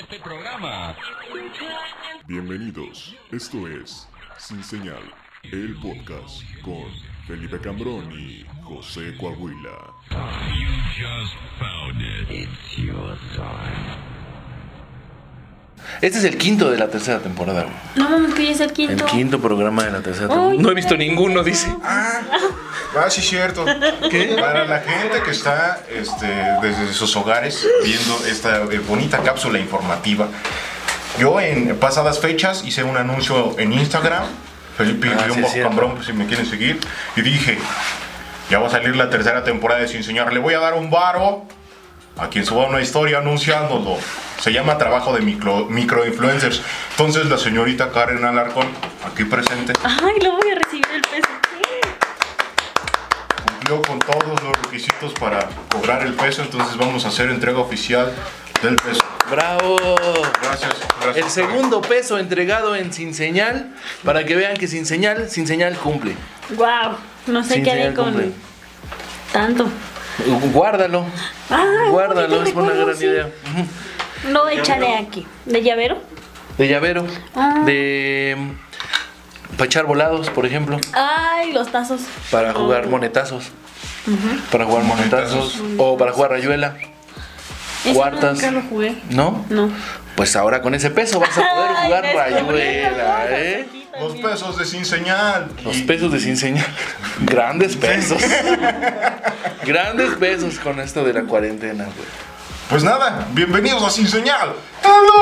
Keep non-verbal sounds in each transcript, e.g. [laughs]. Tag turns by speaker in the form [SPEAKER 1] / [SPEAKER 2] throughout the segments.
[SPEAKER 1] este programa.
[SPEAKER 2] Bienvenidos, esto es Sin Señal, el podcast con Felipe Cambrón y José Coahuila.
[SPEAKER 1] You just found it. It's your time.
[SPEAKER 3] Este es el quinto de la tercera temporada, güey.
[SPEAKER 4] No mames, que ya es el quinto.
[SPEAKER 3] El quinto programa de la tercera
[SPEAKER 4] Ay,
[SPEAKER 3] temporada. No he
[SPEAKER 4] qué
[SPEAKER 3] visto ninguno, dice.
[SPEAKER 5] Ah, sí, cierto. Para la gente que está este, desde sus hogares viendo esta eh, bonita cápsula informativa, yo en pasadas fechas hice un anuncio en Instagram, Felipe
[SPEAKER 3] Ah, sí,
[SPEAKER 5] guión bajo
[SPEAKER 3] cierto.
[SPEAKER 5] Cambrón, si me quieren seguir, y dije, ya va a salir la tercera temporada de Sin Señor, le voy a dar un varo a quien suba una historia anunciándolo. Se llama trabajo de micro, microinfluencers. Entonces la señorita Karen Alarcón, aquí presente,
[SPEAKER 4] Ay, lo voy a recibir el peso.
[SPEAKER 5] cumplió con todos los requisitos para cobrar el peso, entonces vamos a hacer entrega oficial del peso.
[SPEAKER 3] ¡Bravo!
[SPEAKER 5] Gracias, gracias.
[SPEAKER 3] El segundo peso entregado en Sin Señal para que vean que Sin Señal, Sin Señal cumple.
[SPEAKER 4] Wow, no se
[SPEAKER 3] Sin
[SPEAKER 4] queden
[SPEAKER 3] Señal
[SPEAKER 4] con
[SPEAKER 3] cumple.
[SPEAKER 4] tanto.
[SPEAKER 3] Guárdalo.
[SPEAKER 4] Ah,
[SPEAKER 3] Guárdalo, es una gran
[SPEAKER 4] reconoce.
[SPEAKER 3] idea. Ujú.
[SPEAKER 4] No echaré aquí. ¿De llavero?
[SPEAKER 3] De llavero,
[SPEAKER 4] Ah.
[SPEAKER 3] de. Para echar volados, por ejemplo.
[SPEAKER 4] Ay, los tazos.
[SPEAKER 3] Para
[SPEAKER 4] Ah.
[SPEAKER 3] jugar monetazos. Para jugar monetazos. O para jugar rayuela.
[SPEAKER 4] Ese
[SPEAKER 3] Cuartas.
[SPEAKER 4] Nunca lo jugué.
[SPEAKER 3] ¿No?
[SPEAKER 4] No.
[SPEAKER 3] Pues ahora con ese peso vas a poder
[SPEAKER 4] Ay,
[SPEAKER 3] jugar
[SPEAKER 4] descubrí
[SPEAKER 3] rayuela,
[SPEAKER 4] cosas
[SPEAKER 3] ¿eh?
[SPEAKER 4] aquí
[SPEAKER 5] Los
[SPEAKER 4] también.
[SPEAKER 5] pesos de sin señal.
[SPEAKER 3] Los
[SPEAKER 5] Y-
[SPEAKER 3] pesos de sin señal. Grandes pesos. Grandes pesos con esto de la cuarentena, güey.
[SPEAKER 5] Pues nada, bienvenidos a Sin Señal.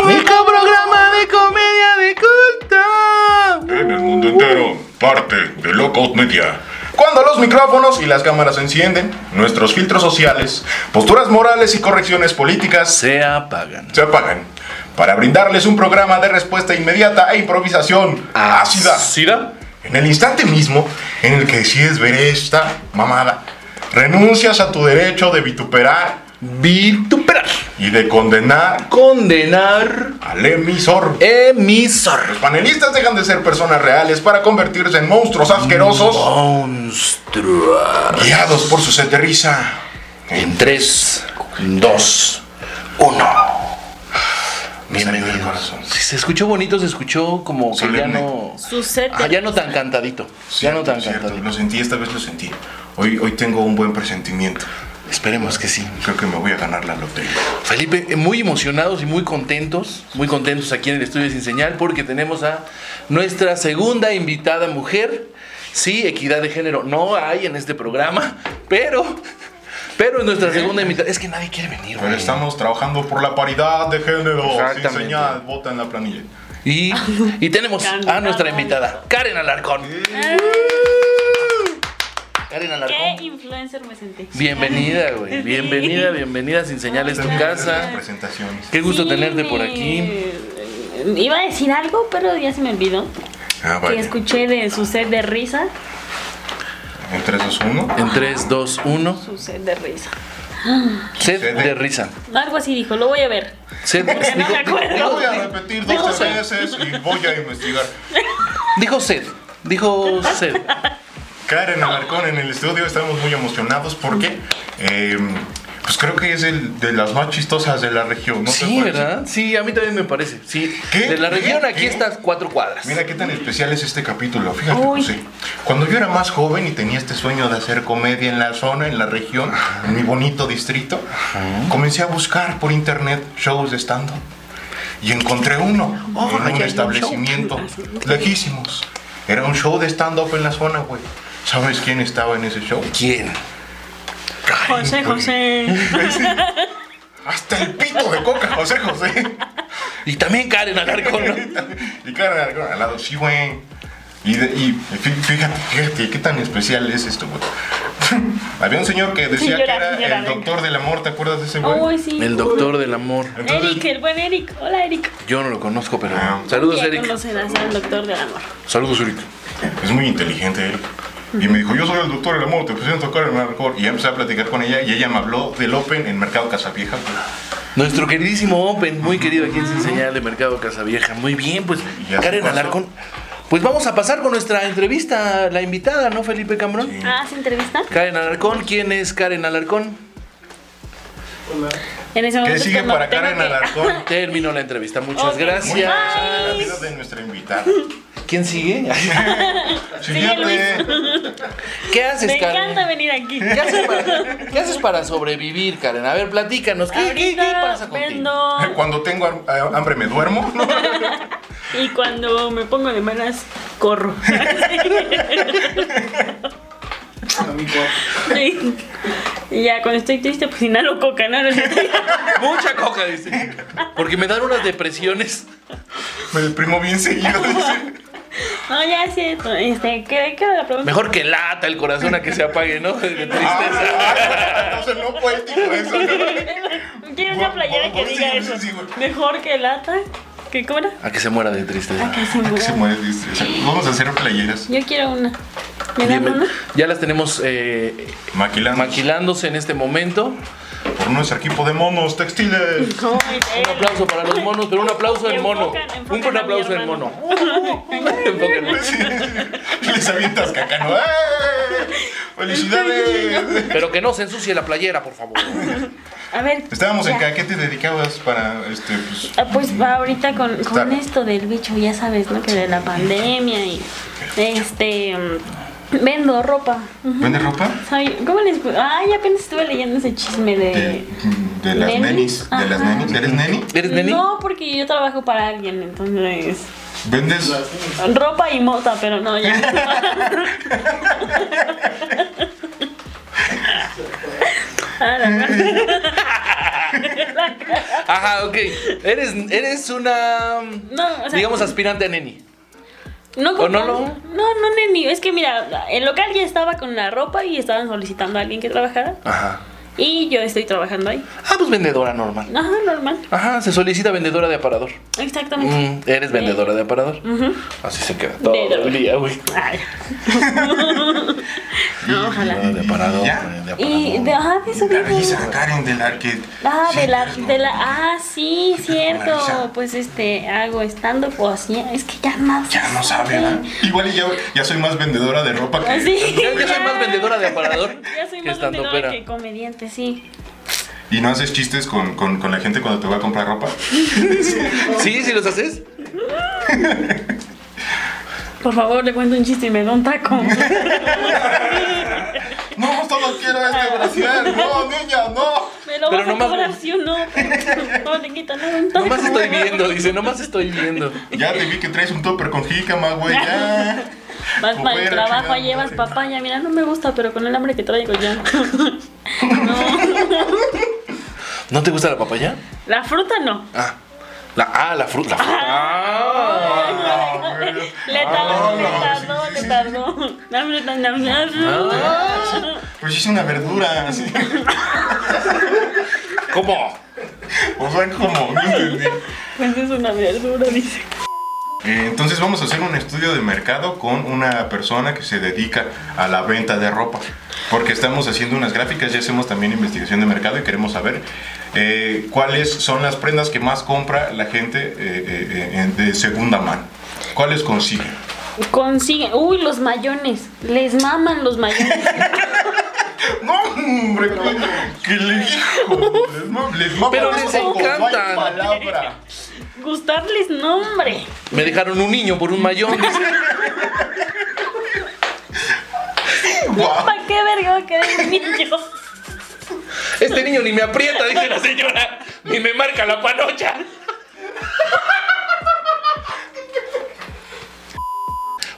[SPEAKER 3] Microprograma de comedia de culto.
[SPEAKER 5] En el mundo entero, parte de Lockout Media. Cuando los micrófonos y las cámaras se encienden, nuestros filtros sociales, posturas morales y correcciones políticas
[SPEAKER 3] Se apagan.
[SPEAKER 5] se apagan para brindarles un programa de respuesta inmediata e improvisación ácida.
[SPEAKER 3] ¿Sida?
[SPEAKER 5] En el instante mismo en el que decides ver esta mamada, renuncias a tu derecho de vituperar
[SPEAKER 3] Vituperar.
[SPEAKER 5] y de condenar
[SPEAKER 3] Condenar.
[SPEAKER 5] al emisor.
[SPEAKER 3] Emisor.
[SPEAKER 5] Los panelistas dejan de ser personas reales para convertirse en monstruos
[SPEAKER 3] Mm,
[SPEAKER 5] asquerosos,
[SPEAKER 3] Monstruo.
[SPEAKER 5] guiados por su ceteriza.
[SPEAKER 3] En 3, 2, 1.
[SPEAKER 5] Me salió del
[SPEAKER 3] Bienvenidos.
[SPEAKER 5] corazón.
[SPEAKER 3] Si se escuchó bonito, se escuchó como que ya
[SPEAKER 5] Solemne.
[SPEAKER 3] no.
[SPEAKER 4] Su set de-
[SPEAKER 3] Ah, ya no tan cantadito. Ya no tan
[SPEAKER 5] Cierto,
[SPEAKER 3] cantadito.
[SPEAKER 5] Lo sentí, esta vez lo sentí. Hoy, hoy tengo un buen presentimiento.
[SPEAKER 3] Esperemos que sí.
[SPEAKER 5] Creo que me voy a ganar la lotería.
[SPEAKER 3] Felipe, eh, muy emocionados y muy contentos, muy contentos aquí en el estudio de Sin Señal porque tenemos a nuestra segunda invitada mujer. Sí, equidad de género no hay en este programa, pero pero es nuestra segunda invitada. Es que nadie quiere venir,
[SPEAKER 5] Pero
[SPEAKER 3] güey.
[SPEAKER 5] estamos trabajando por la paridad de género. Sin
[SPEAKER 3] Exactamente.
[SPEAKER 5] señal, vota en la planilla.
[SPEAKER 3] Y, y tenemos a nuestra invitada, Karen Alarcón. Karen
[SPEAKER 4] ¿Qué
[SPEAKER 3] Alarcón.
[SPEAKER 4] influencer me sentí?
[SPEAKER 3] Bienvenida, güey.
[SPEAKER 4] Sí.
[SPEAKER 3] Bienvenida, bienvenida sin señales tu
[SPEAKER 5] Esas
[SPEAKER 3] casa.
[SPEAKER 5] presentaciones.
[SPEAKER 3] Qué gusto
[SPEAKER 4] Sí,
[SPEAKER 3] tenerte
[SPEAKER 4] me-
[SPEAKER 3] por aquí.
[SPEAKER 4] Iba a decir algo, pero ya se me olvidó.
[SPEAKER 5] Ah,
[SPEAKER 4] Que
[SPEAKER 5] vale.
[SPEAKER 4] escuché de su set de risa.
[SPEAKER 5] En 3, 2, 1.
[SPEAKER 3] En 3, 2, 1.
[SPEAKER 4] Su set de risa.
[SPEAKER 3] Sed de risa.
[SPEAKER 4] Algo así dijo, lo voy a ver.
[SPEAKER 5] [laughs]
[SPEAKER 3] Sed,
[SPEAKER 4] Porque no
[SPEAKER 3] dijo,
[SPEAKER 4] me acuerdo.
[SPEAKER 5] Yo voy a repetir
[SPEAKER 3] Dijo
[SPEAKER 5] dos
[SPEAKER 3] sed.
[SPEAKER 5] veces y voy a investigar.
[SPEAKER 3] dijo sed. Dijo sed.
[SPEAKER 5] Karen Alarcón en el estudio, estamos muy emocionados porque eh, pues creo que es el de las más chistosas de la región, ¿no? te
[SPEAKER 3] Sí,
[SPEAKER 5] parece?
[SPEAKER 3] ¿verdad? Sí, a mí también me parece. Sí.
[SPEAKER 5] ¿Qué?
[SPEAKER 3] De la región
[SPEAKER 5] ¿Qué?
[SPEAKER 3] aquí estas cuatro cuadras.
[SPEAKER 5] Mira qué tan especial es este capítulo, fíjate,
[SPEAKER 4] Uy.
[SPEAKER 5] José. Cuando yo era más joven y tenía este sueño de hacer comedia en la zona, en la región, en mi bonito distrito, comencé a buscar por internet shows de stand-up. Y encontré uno
[SPEAKER 3] Oh,
[SPEAKER 5] en
[SPEAKER 3] ahí
[SPEAKER 5] un
[SPEAKER 3] hay un
[SPEAKER 5] establecimiento lejísimos. Era un show de stand-up en la zona, güey. ¿Sabes quién estaba en ese show?
[SPEAKER 3] ¿Quién?
[SPEAKER 4] José, José.
[SPEAKER 5] Hasta el pito de coca, José José.
[SPEAKER 3] Y también Karen Alarcón. ¿no?
[SPEAKER 5] y Karen Alarcón al lado, sí, güey. Y, de- y fí- fíjate, fíjate, qué tan especial es esto, güey. [laughs] Había un señor que
[SPEAKER 4] Señora,
[SPEAKER 5] decía que era
[SPEAKER 4] señora,
[SPEAKER 5] el
[SPEAKER 4] venga.
[SPEAKER 5] doctor del amor, ¿te acuerdas de ese güey?
[SPEAKER 4] Uy, sí.
[SPEAKER 3] El doctor del amor.
[SPEAKER 5] Entonces-
[SPEAKER 4] Eric, el buen Eric. Hola, Eric.
[SPEAKER 3] Yo no lo conozco, pero.
[SPEAKER 5] Ah.
[SPEAKER 3] Saludos,
[SPEAKER 4] Ya
[SPEAKER 3] Pues, Eric.
[SPEAKER 4] conocerás al doctor del amor.
[SPEAKER 3] Saludos, Eric.
[SPEAKER 5] Es muy inteligente él. Y me dijo, yo soy el doctor del amor, te presento a Karen Alarcón. Y ya empecé a platicar con ella y ella me habló del Open en Mercado Casavieja.
[SPEAKER 3] Nuestro queridísimo Open, muy querido aquí en Sin Señal de Mercado Casavieja. Muy bien, pues
[SPEAKER 5] ¿Y ya se
[SPEAKER 3] Karen
[SPEAKER 5] pasó?
[SPEAKER 3] Alarcón. Pues vamos a pasar con nuestra entrevista, la invitada, ¿no, Felipe Cambrón?
[SPEAKER 5] Sí.
[SPEAKER 4] Ah, ¿se entrevista?
[SPEAKER 3] Karen Alarcón, ¿quién es Karen Alarcón?
[SPEAKER 4] En ese momento
[SPEAKER 5] ¿Qué
[SPEAKER 4] es
[SPEAKER 5] sigue
[SPEAKER 4] cuando
[SPEAKER 5] para
[SPEAKER 4] pues tengo
[SPEAKER 5] Karen
[SPEAKER 4] que- [laughs]
[SPEAKER 5] Alarcón?
[SPEAKER 3] Terminó la entrevista. Muchas
[SPEAKER 4] Ok.
[SPEAKER 5] Muy
[SPEAKER 3] gracias.
[SPEAKER 5] interesante la vida de nuestra invitada.
[SPEAKER 3] ¿Quién
[SPEAKER 4] [laughs]
[SPEAKER 3] sigue?
[SPEAKER 5] Siguiente.
[SPEAKER 3] ¿Qué haces,
[SPEAKER 4] Me
[SPEAKER 3] Karen?
[SPEAKER 4] encanta venir aquí.
[SPEAKER 3] ¿Qué haces, para, qué haces para sobrevivir, Karen? A ver, platícanos. ¿Qué, qué- qué pasa
[SPEAKER 4] [laughs] Ahorita
[SPEAKER 3] contigo?
[SPEAKER 4] vendo
[SPEAKER 5] Cuando tengo ham- eh, hambre me duermo. ¿no? [laughs]
[SPEAKER 4] y cuando me pongo de malas, corro. [laughs] Sí. Y ya cuando estoy triste, pues inhalo coca, ¿no? [laughs]
[SPEAKER 3] Mucha coca, dice. Porque me dan unas depresiones.
[SPEAKER 5] Me deprimo bien seguido. [laughs] dice.
[SPEAKER 4] No, ya es cierto. Este, ¿qué, qué era la pregunta?
[SPEAKER 3] Mejor que lata el corazón a que se apague, ¿no? De tristeza.
[SPEAKER 5] Ah, no, se no poético eso.
[SPEAKER 4] [laughs] Quiero una
[SPEAKER 5] Por-
[SPEAKER 4] playera
[SPEAKER 5] por-
[SPEAKER 4] que
[SPEAKER 5] por-
[SPEAKER 4] diga
[SPEAKER 5] sí,
[SPEAKER 4] eso.
[SPEAKER 5] sí, sí, güey.
[SPEAKER 4] Mejor que lata. ¿Qué cómo era?
[SPEAKER 3] A que se muera de tristeza.
[SPEAKER 4] Que se
[SPEAKER 5] Ah, Que se
[SPEAKER 4] muera.
[SPEAKER 5] muere de tristeza. Vamos a hacer playeras.
[SPEAKER 4] Yo quiero una. ¿Me dan
[SPEAKER 3] Bien,
[SPEAKER 4] una?
[SPEAKER 3] ya las tenemos eh,
[SPEAKER 5] Maquilando.
[SPEAKER 3] maquilándose en este momento.
[SPEAKER 5] Por nuestro equipo de monos textiles.
[SPEAKER 4] No,
[SPEAKER 3] Un aplauso para los monos, pero un aplauso del mono.
[SPEAKER 4] Enfocan, enfocan
[SPEAKER 3] Un buen
[SPEAKER 4] a mi
[SPEAKER 3] aplauso del
[SPEAKER 4] hermano.
[SPEAKER 3] mono. [laughs] Enfóquenlo.
[SPEAKER 5] Sí, sí. Les avientas cacano. ¡Eh! ¡Felicidades!
[SPEAKER 3] Pero que no se ensucie la playera, por favor.
[SPEAKER 4] A ver.
[SPEAKER 5] Estábamos en
[SPEAKER 4] ya.
[SPEAKER 5] cada que te dedicabas para este pues,
[SPEAKER 4] Ah, Pues va ahorita con, con
[SPEAKER 5] Estar.
[SPEAKER 4] esto del bicho, ya sabes, ¿no? Que de la pandemia y este mm, vendo ropa.
[SPEAKER 5] ¿Vende ropa?
[SPEAKER 4] Soy- ¿Cómo les pu- Ay, apenas estuve leyendo ese chisme
[SPEAKER 5] De,
[SPEAKER 4] de.
[SPEAKER 5] de las
[SPEAKER 4] Neni.
[SPEAKER 5] nenis. De las
[SPEAKER 4] eh, Ajá.
[SPEAKER 5] nenis. ¿Eres neni?
[SPEAKER 3] ¿Eres neni?
[SPEAKER 4] No, porque yo trabajo para alguien, entonces.
[SPEAKER 5] ¿Vendes?
[SPEAKER 4] Ropa y mota, pero no,
[SPEAKER 5] [laughs]
[SPEAKER 4] ya. Ah, la verdad.
[SPEAKER 3] Ajá, ok. Eres, eres una.
[SPEAKER 4] No, o sea,
[SPEAKER 3] Digamos aspirante a neni.
[SPEAKER 4] No,
[SPEAKER 3] ¿O no,
[SPEAKER 4] no,
[SPEAKER 3] no?
[SPEAKER 4] no, no, neni. Es que mira, el local ya estaba con la ropa y estaban solicitando a alguien que trabajara.
[SPEAKER 3] Ajá.
[SPEAKER 4] Y yo estoy trabajando ahí.
[SPEAKER 3] Ah, pues vendedora normal.
[SPEAKER 4] Ajá, normal.
[SPEAKER 3] Ajá, se solicita vendedora de aparador.
[SPEAKER 4] Exactamente.
[SPEAKER 3] Mm, eres vendedora de aparador.
[SPEAKER 4] Ah, Ujú.
[SPEAKER 3] Así se queda todo
[SPEAKER 4] Vendedora.
[SPEAKER 3] el día, güey.
[SPEAKER 5] [laughs]
[SPEAKER 4] Ay. No, ojalá.
[SPEAKER 3] De aparador.
[SPEAKER 5] Ya.
[SPEAKER 3] de aparador.
[SPEAKER 4] Y de, ah, de eso
[SPEAKER 5] La
[SPEAKER 4] digo.
[SPEAKER 5] risa, Karen del arcade.
[SPEAKER 4] Ah, de la,
[SPEAKER 5] Sí,
[SPEAKER 4] de la, ah, sí,
[SPEAKER 5] risa.
[SPEAKER 4] cierto. Pues este, hago estando, pues ya, es que ya no.
[SPEAKER 5] Ya no sabe, ¿verdad? Igual y ya, ya soy más vendedora de ropa que.
[SPEAKER 4] Ah, Sí.
[SPEAKER 3] Yo, yo soy más vendedora de aparador
[SPEAKER 4] [laughs] Ya soy
[SPEAKER 3] que
[SPEAKER 4] más
[SPEAKER 3] estando
[SPEAKER 4] vendedora que comediante, sí.
[SPEAKER 5] ¿Y no haces chistes con, con, con la gente cuando te va a comprar ropa?
[SPEAKER 3] Sí, sí los haces.
[SPEAKER 4] Por favor, le cuento un chiste y me da un
[SPEAKER 5] [laughs]
[SPEAKER 4] taco.
[SPEAKER 5] No, solo quiero este brasier. No, niña, no.
[SPEAKER 4] Me
[SPEAKER 3] Pero
[SPEAKER 4] lo vas
[SPEAKER 3] nomás-
[SPEAKER 4] a cobrar, sí o no. [laughs] No le quitan nada, un taco.
[SPEAKER 3] Nomás estoy viendo, dice, nomás estoy viendo.
[SPEAKER 5] Ya te vi que traes un topper con jícama, güey. Ya.
[SPEAKER 4] Vas para el
[SPEAKER 5] Fuera,
[SPEAKER 4] trabajo,
[SPEAKER 5] chingada
[SPEAKER 4] llevas
[SPEAKER 5] madre.
[SPEAKER 4] papaya. Mira, no me gusta, pero con el hambre que traigo ya. [laughs] No.
[SPEAKER 3] ¿No te gusta la papaya?
[SPEAKER 4] La fruta no.
[SPEAKER 3] Ah. La, ah, la fruta. La fruta. Ah.
[SPEAKER 4] Le tardó, le tardó, le tardó. [laughs] La fruta, la fruta.
[SPEAKER 3] Ah.
[SPEAKER 5] Pues es una verdura. sí.
[SPEAKER 3] ¿Cómo?
[SPEAKER 5] O sea, como. no entendí.
[SPEAKER 4] Pues es una verdura, dice.
[SPEAKER 5] Eh, Entonces vamos a hacer un estudio de mercado con una persona que se dedica a la venta de ropa. Porque estamos haciendo unas gráficas, ya hacemos también investigación de mercado y queremos saber eh, cuáles son las prendas que más compra la gente eh, eh, eh, en- de segunda mano. ¿Cuáles consigue?
[SPEAKER 4] Consiguen. Uy, los mayones. Les maman los mayones.
[SPEAKER 5] No, hombre, ¿qué le dijo? Les mam- Les mam-
[SPEAKER 3] Pero les
[SPEAKER 5] como no hay
[SPEAKER 3] encantan.
[SPEAKER 5] palabra.
[SPEAKER 4] Gustarles nombre.
[SPEAKER 3] Me dejaron un niño por un mayón. dice.
[SPEAKER 4] [laughs]
[SPEAKER 5] Guau.
[SPEAKER 4] ¿Para qué verga que eres niño?
[SPEAKER 3] Este niño ni me aprieta, dice la señora. Ni me marca la panocha.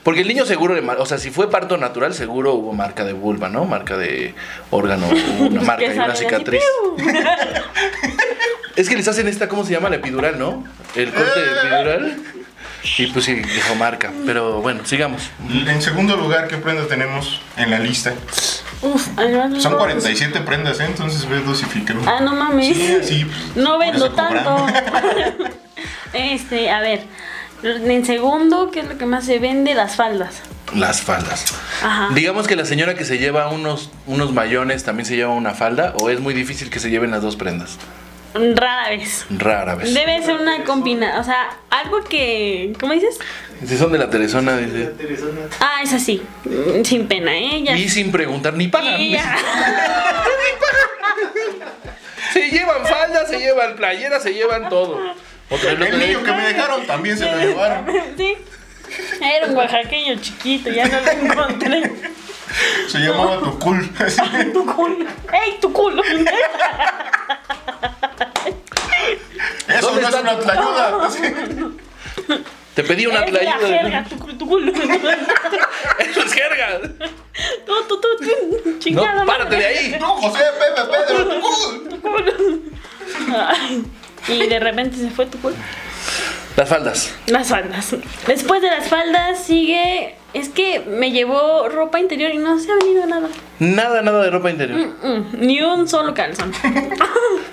[SPEAKER 3] Porque el niño seguro le mar- O sea, si fue parto natural, seguro hubo marca de vulva, ¿no? Marca de
[SPEAKER 4] [laughs]
[SPEAKER 3] órgano, hubo una marca
[SPEAKER 4] Que
[SPEAKER 3] y una
[SPEAKER 4] salen así,
[SPEAKER 3] cicatriz.
[SPEAKER 4] ¡piu!
[SPEAKER 3] Es que les hacen esta, ¿cómo se llama? La epidural, ¿no? El corte de epidural. Y pues sí, dejó marca. Pero bueno, sigamos.
[SPEAKER 5] En segundo lugar, ¿qué prenda tenemos en la lista?
[SPEAKER 4] Uf, además
[SPEAKER 5] Son
[SPEAKER 4] no-
[SPEAKER 5] 47 prendas, ¿eh? entonces ve dosificando.
[SPEAKER 4] Ah, no mames.
[SPEAKER 5] Sí, sí, pues,
[SPEAKER 4] No
[SPEAKER 5] por
[SPEAKER 4] vendo
[SPEAKER 5] eso cobran.
[SPEAKER 4] tanto. [laughs] este, a ver. En segundo, ¿qué es lo que más se vende? Las faldas.
[SPEAKER 3] Las faldas.
[SPEAKER 4] Ajá.
[SPEAKER 3] Digamos que la señora que se lleva unos, unos mayones también se lleva una falda, o es muy difícil que se lleven las dos prendas.
[SPEAKER 4] Rara vez.
[SPEAKER 3] Rara vez.
[SPEAKER 4] Debe ser una combinación. O sea, algo que. ¿Cómo dices?
[SPEAKER 3] Si son de la Teresona, dice.
[SPEAKER 4] Ah, es así. Mm, Sin pena, ¿eh? Ya. [laughs]
[SPEAKER 3] Y sin preguntar ni pagan.
[SPEAKER 4] Y ya.
[SPEAKER 3] [laughs] Se llevan faldas, se llevan playeras, se llevan todo. Otra vez lo que
[SPEAKER 5] El niño
[SPEAKER 3] le-
[SPEAKER 5] que me dejaron también se lo llevaron.
[SPEAKER 4] Sí. Era un oaxaqueño chiquito, ya no lo encontré.
[SPEAKER 5] Se llamaba Tucul. [laughs]
[SPEAKER 4] Tu culo. ¡Ey, tu culo!
[SPEAKER 3] [laughs]
[SPEAKER 5] Eso
[SPEAKER 3] ¿Dónde
[SPEAKER 5] no es
[SPEAKER 3] está
[SPEAKER 5] una
[SPEAKER 3] tu-
[SPEAKER 5] tlayuda. Sí.
[SPEAKER 3] Te pedí una
[SPEAKER 4] Es la
[SPEAKER 3] playera. [laughs]
[SPEAKER 4] jerga, tu, cu- tu culo. [laughs]
[SPEAKER 3] Eso es jerga.
[SPEAKER 4] Tú, tú, tú, tú,
[SPEAKER 3] No,
[SPEAKER 4] chingada.
[SPEAKER 3] párate de
[SPEAKER 4] madre.
[SPEAKER 3] ahí.
[SPEAKER 5] No, José, Pepe, Pedro, Tucul.
[SPEAKER 4] Tu culo. Ay, Y de repente se fue tu culo.
[SPEAKER 3] Las faldas.
[SPEAKER 4] Las faldas. Después de las faldas sigue. Es que me llevó ropa interior y no se ha venido nada.
[SPEAKER 3] Nada, nada de ropa interior.
[SPEAKER 4] Mm, ni un solo calzón.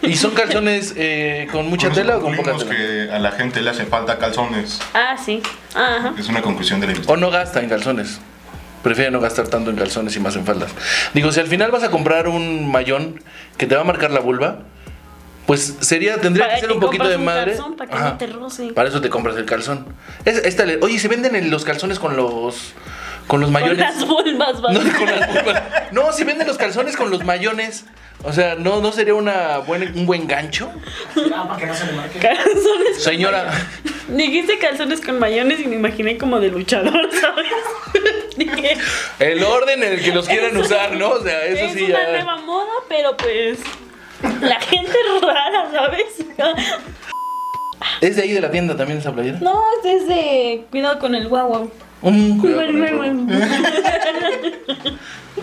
[SPEAKER 3] ¿Y son calzones eh, con mucha tela o con poca
[SPEAKER 5] Concluimos
[SPEAKER 3] tela?
[SPEAKER 5] que a la gente le hace falta calzones.
[SPEAKER 4] Ah, sí. Ajá.
[SPEAKER 5] Es una conclusión de la investigación.
[SPEAKER 3] O no gasta en calzones. Prefiere no gastar tanto en calzones y más en faldas. Digo, si al final vas a comprar un mayón que te va a marcar la vulva, pues sería, tendría
[SPEAKER 4] Para
[SPEAKER 3] que ser
[SPEAKER 4] que
[SPEAKER 3] un poquito
[SPEAKER 4] compras
[SPEAKER 3] de
[SPEAKER 4] un
[SPEAKER 3] madre.
[SPEAKER 4] calzón para que no te roce.
[SPEAKER 3] Para eso te compras el calzón. Es, esta le- oye, ¿se venden en los calzones con los con los
[SPEAKER 4] Con
[SPEAKER 3] mayones?
[SPEAKER 4] las vulvas, va.
[SPEAKER 3] [laughs] No, con las vulvas. No, si venden los calzones con los mayones. O sea, ¿no, no sería una buena, un buen gancho?
[SPEAKER 6] Ah, para que no se le marque.
[SPEAKER 4] Calzones.
[SPEAKER 3] Señora,
[SPEAKER 4] Dijiste calzones con mayones y me imaginé como de luchador, [laughs] ¿sabes? Dije,
[SPEAKER 3] el orden en el que los quieran usar, ¿no? O sea, eso
[SPEAKER 4] es
[SPEAKER 3] sí
[SPEAKER 4] una
[SPEAKER 3] ya.
[SPEAKER 4] nueva moda, pero pues. La gente es rara, ¿sabes?
[SPEAKER 3] Es de ahí de la tienda también esa playera.
[SPEAKER 4] No, es de. Cuidado con el guau guau.
[SPEAKER 3] Mm, cuidado con el perro.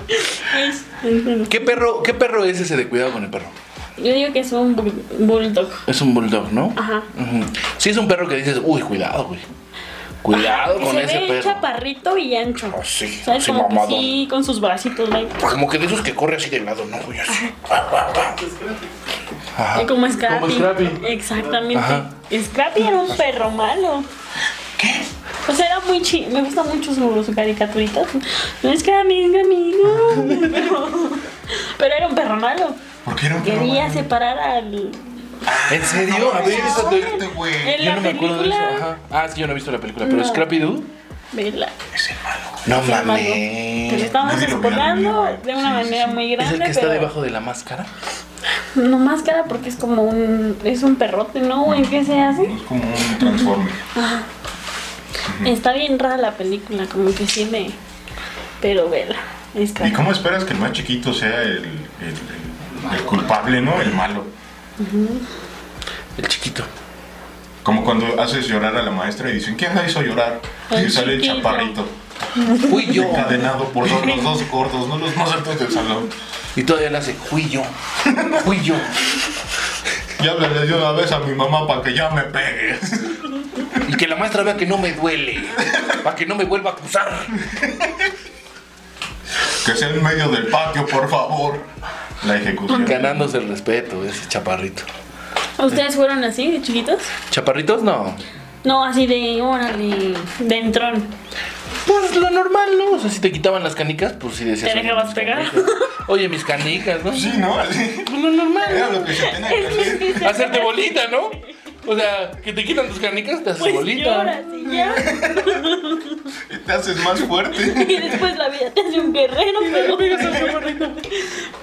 [SPEAKER 4] Es- Yo
[SPEAKER 3] ¿Qué perro, ¿Qué perro es ese de cuidado con el perro?
[SPEAKER 4] digo que es un bull- bulldog.
[SPEAKER 3] Es un bulldog, ¿no?
[SPEAKER 4] Ajá.
[SPEAKER 3] Ujú. Sí, es un perro que dices, uy, cuidado, güey. Cuidado
[SPEAKER 4] Que
[SPEAKER 3] con
[SPEAKER 4] se
[SPEAKER 3] ese
[SPEAKER 4] ve
[SPEAKER 3] perro.
[SPEAKER 4] chaparrito y ancho.
[SPEAKER 3] Ah, sí,
[SPEAKER 4] ¿Sabes?
[SPEAKER 3] sí,
[SPEAKER 4] como que
[SPEAKER 3] mamado.
[SPEAKER 4] sí, con sus bracitos, ¿vale?
[SPEAKER 3] Pues Como que de esos que corre así de lado, ¿no? Güey, así. Ajá.
[SPEAKER 4] Como Scrappy.
[SPEAKER 3] Como Scrappy.
[SPEAKER 4] Exactamente.
[SPEAKER 3] Ajá.
[SPEAKER 4] Scrappy era un perro malo. ¿Qué? O sea, era muy chido. Me gusta mucho su, su caricaturita. No es que amigo, [laughs] amigo. Pero era un perro malo.
[SPEAKER 5] Porque era un perro
[SPEAKER 4] Quería
[SPEAKER 5] malo.
[SPEAKER 4] separar al.
[SPEAKER 3] Ah, ¿En serio? A ver, esa te-
[SPEAKER 5] Este güey.
[SPEAKER 4] En
[SPEAKER 3] Yo
[SPEAKER 4] la
[SPEAKER 3] no me acuerdo de eso.
[SPEAKER 4] película.
[SPEAKER 3] Ajá. Ah, es que yo no he visto la película, pero
[SPEAKER 4] No.
[SPEAKER 3] Scrappy Doo.
[SPEAKER 4] Vela.
[SPEAKER 5] Es el malo.
[SPEAKER 3] No
[SPEAKER 4] Qué malo. Te lo
[SPEAKER 3] mames.
[SPEAKER 4] estamos
[SPEAKER 5] Nadie lo ve al niño,
[SPEAKER 4] explotando
[SPEAKER 5] güey.
[SPEAKER 4] de una
[SPEAKER 5] Sí, sí,
[SPEAKER 4] manera
[SPEAKER 5] sí.
[SPEAKER 4] muy
[SPEAKER 3] ¿Es
[SPEAKER 4] grande.
[SPEAKER 3] el que está
[SPEAKER 4] pero
[SPEAKER 3] debajo de la máscara?
[SPEAKER 4] No más cara porque es como un. Es un perrote, ¿no? güey? ¿Qué se hace?
[SPEAKER 5] Es como un transforme.
[SPEAKER 4] Está bien rara la película, como que sí me. Pero vela. Es
[SPEAKER 5] ¿Y
[SPEAKER 4] cara.
[SPEAKER 5] cómo esperas que el más chiquito sea el, el- el- el culpable, no? El malo.
[SPEAKER 3] El chiquito.
[SPEAKER 5] Como cuando haces llorar a la maestra y dicen, ¿quién la hizo llorar? Y
[SPEAKER 4] El
[SPEAKER 5] sale el
[SPEAKER 4] chiquito.
[SPEAKER 5] chaparrito,
[SPEAKER 3] Fui yo.
[SPEAKER 5] encadenado por
[SPEAKER 4] [laughs]
[SPEAKER 5] dos- los dos gordos, no los más altos del salón.
[SPEAKER 3] Y todavía le hace, fui yo. Fui yo.
[SPEAKER 5] Ya le de una vez a mi mamá para que ya me pegue. [laughs]
[SPEAKER 3] Y que la maestra vea que no me duele. Para que no me vuelva a acusar.
[SPEAKER 5] Que sea en medio del patio, por favor. La ejecución.
[SPEAKER 3] Ganándose el respeto, ese chaparrito.
[SPEAKER 4] ¿Ustedes fueron así, de chiquitos?
[SPEAKER 3] ¿Chaparritos? No.
[SPEAKER 4] No, así de. Órale. De entrón.
[SPEAKER 3] Pues lo normal, ¿no? O sea, si te quitaban las canicas, pues sí decías.
[SPEAKER 4] ¿Te
[SPEAKER 3] "Oye,
[SPEAKER 4] dejabas
[SPEAKER 3] mis
[SPEAKER 4] pegar?"
[SPEAKER 3] canicas. Oye, mis canicas,
[SPEAKER 4] [laughs]
[SPEAKER 3] ¿no?
[SPEAKER 5] Sí, ¿no? Así.
[SPEAKER 3] Pues lo normal.
[SPEAKER 5] Era lo que se tenía que hacer.
[SPEAKER 3] Hacerte bolita, ¿no? O sea, que te quitan tus canicas, te haces
[SPEAKER 4] Pues
[SPEAKER 3] bolita.
[SPEAKER 4] lloras y ya.
[SPEAKER 5] Y Te haces más
[SPEAKER 4] [laughs]
[SPEAKER 5] fuerte.
[SPEAKER 4] Y después la vida te hace un guerrero, pero.
[SPEAKER 3] pegas al chaparrito.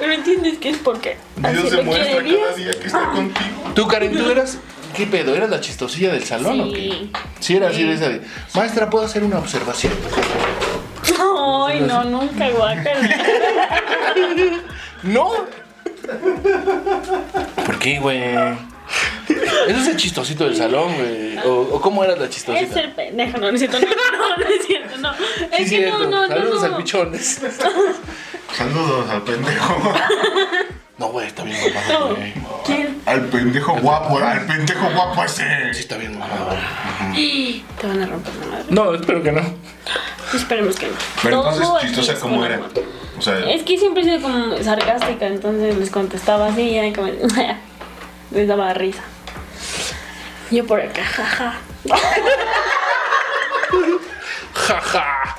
[SPEAKER 4] Pero entiendes que es porque. Así
[SPEAKER 5] Dios se
[SPEAKER 4] lo
[SPEAKER 5] muestra
[SPEAKER 4] quiere
[SPEAKER 5] cada
[SPEAKER 4] Dios.
[SPEAKER 5] día que está contigo.
[SPEAKER 3] Tú, Karen, tú eras. ¿Qué pedo? ¿Eras la chistosilla del salón o qué?
[SPEAKER 4] Sí.
[SPEAKER 3] Sí, era así de esa de. Maestra, ¿puedo hacer una observación?
[SPEAKER 4] Ay, no, nunca, guácala.
[SPEAKER 3] ¿No? ¿Por qué, güey? Eso es el chistosito del salón, güey. ¿O, o cómo eras la chistosita?
[SPEAKER 4] Es el pendejo, no, no es cierto, no, no, no es cierto, no.
[SPEAKER 3] Sí,
[SPEAKER 4] Es que
[SPEAKER 3] cierto.
[SPEAKER 4] no, no, no.
[SPEAKER 3] Saludos
[SPEAKER 4] no.
[SPEAKER 3] al pichones.
[SPEAKER 5] Saludos al pendejo.
[SPEAKER 3] No, güey, está bien mamado,
[SPEAKER 4] No.
[SPEAKER 3] güey.
[SPEAKER 4] ¿Quién? [gasps]
[SPEAKER 5] [laughs] Al pendejo guapo, al pendejo guapo ese.
[SPEAKER 3] Sí, está bien mamado. güey.
[SPEAKER 4] Te van a romper la madre.
[SPEAKER 3] No, espero que no.
[SPEAKER 4] Esperemos que no.
[SPEAKER 5] Pero entonces,
[SPEAKER 4] Todo aquí
[SPEAKER 5] chistosa
[SPEAKER 4] es
[SPEAKER 5] como
[SPEAKER 4] una
[SPEAKER 5] era.
[SPEAKER 4] broma.
[SPEAKER 5] O sea,
[SPEAKER 4] Es que siempre he sido como sarcástica, entonces les contestaba así y eran como. [laughs] les daba risa. Yo por acá, jaja.
[SPEAKER 3] Jaja.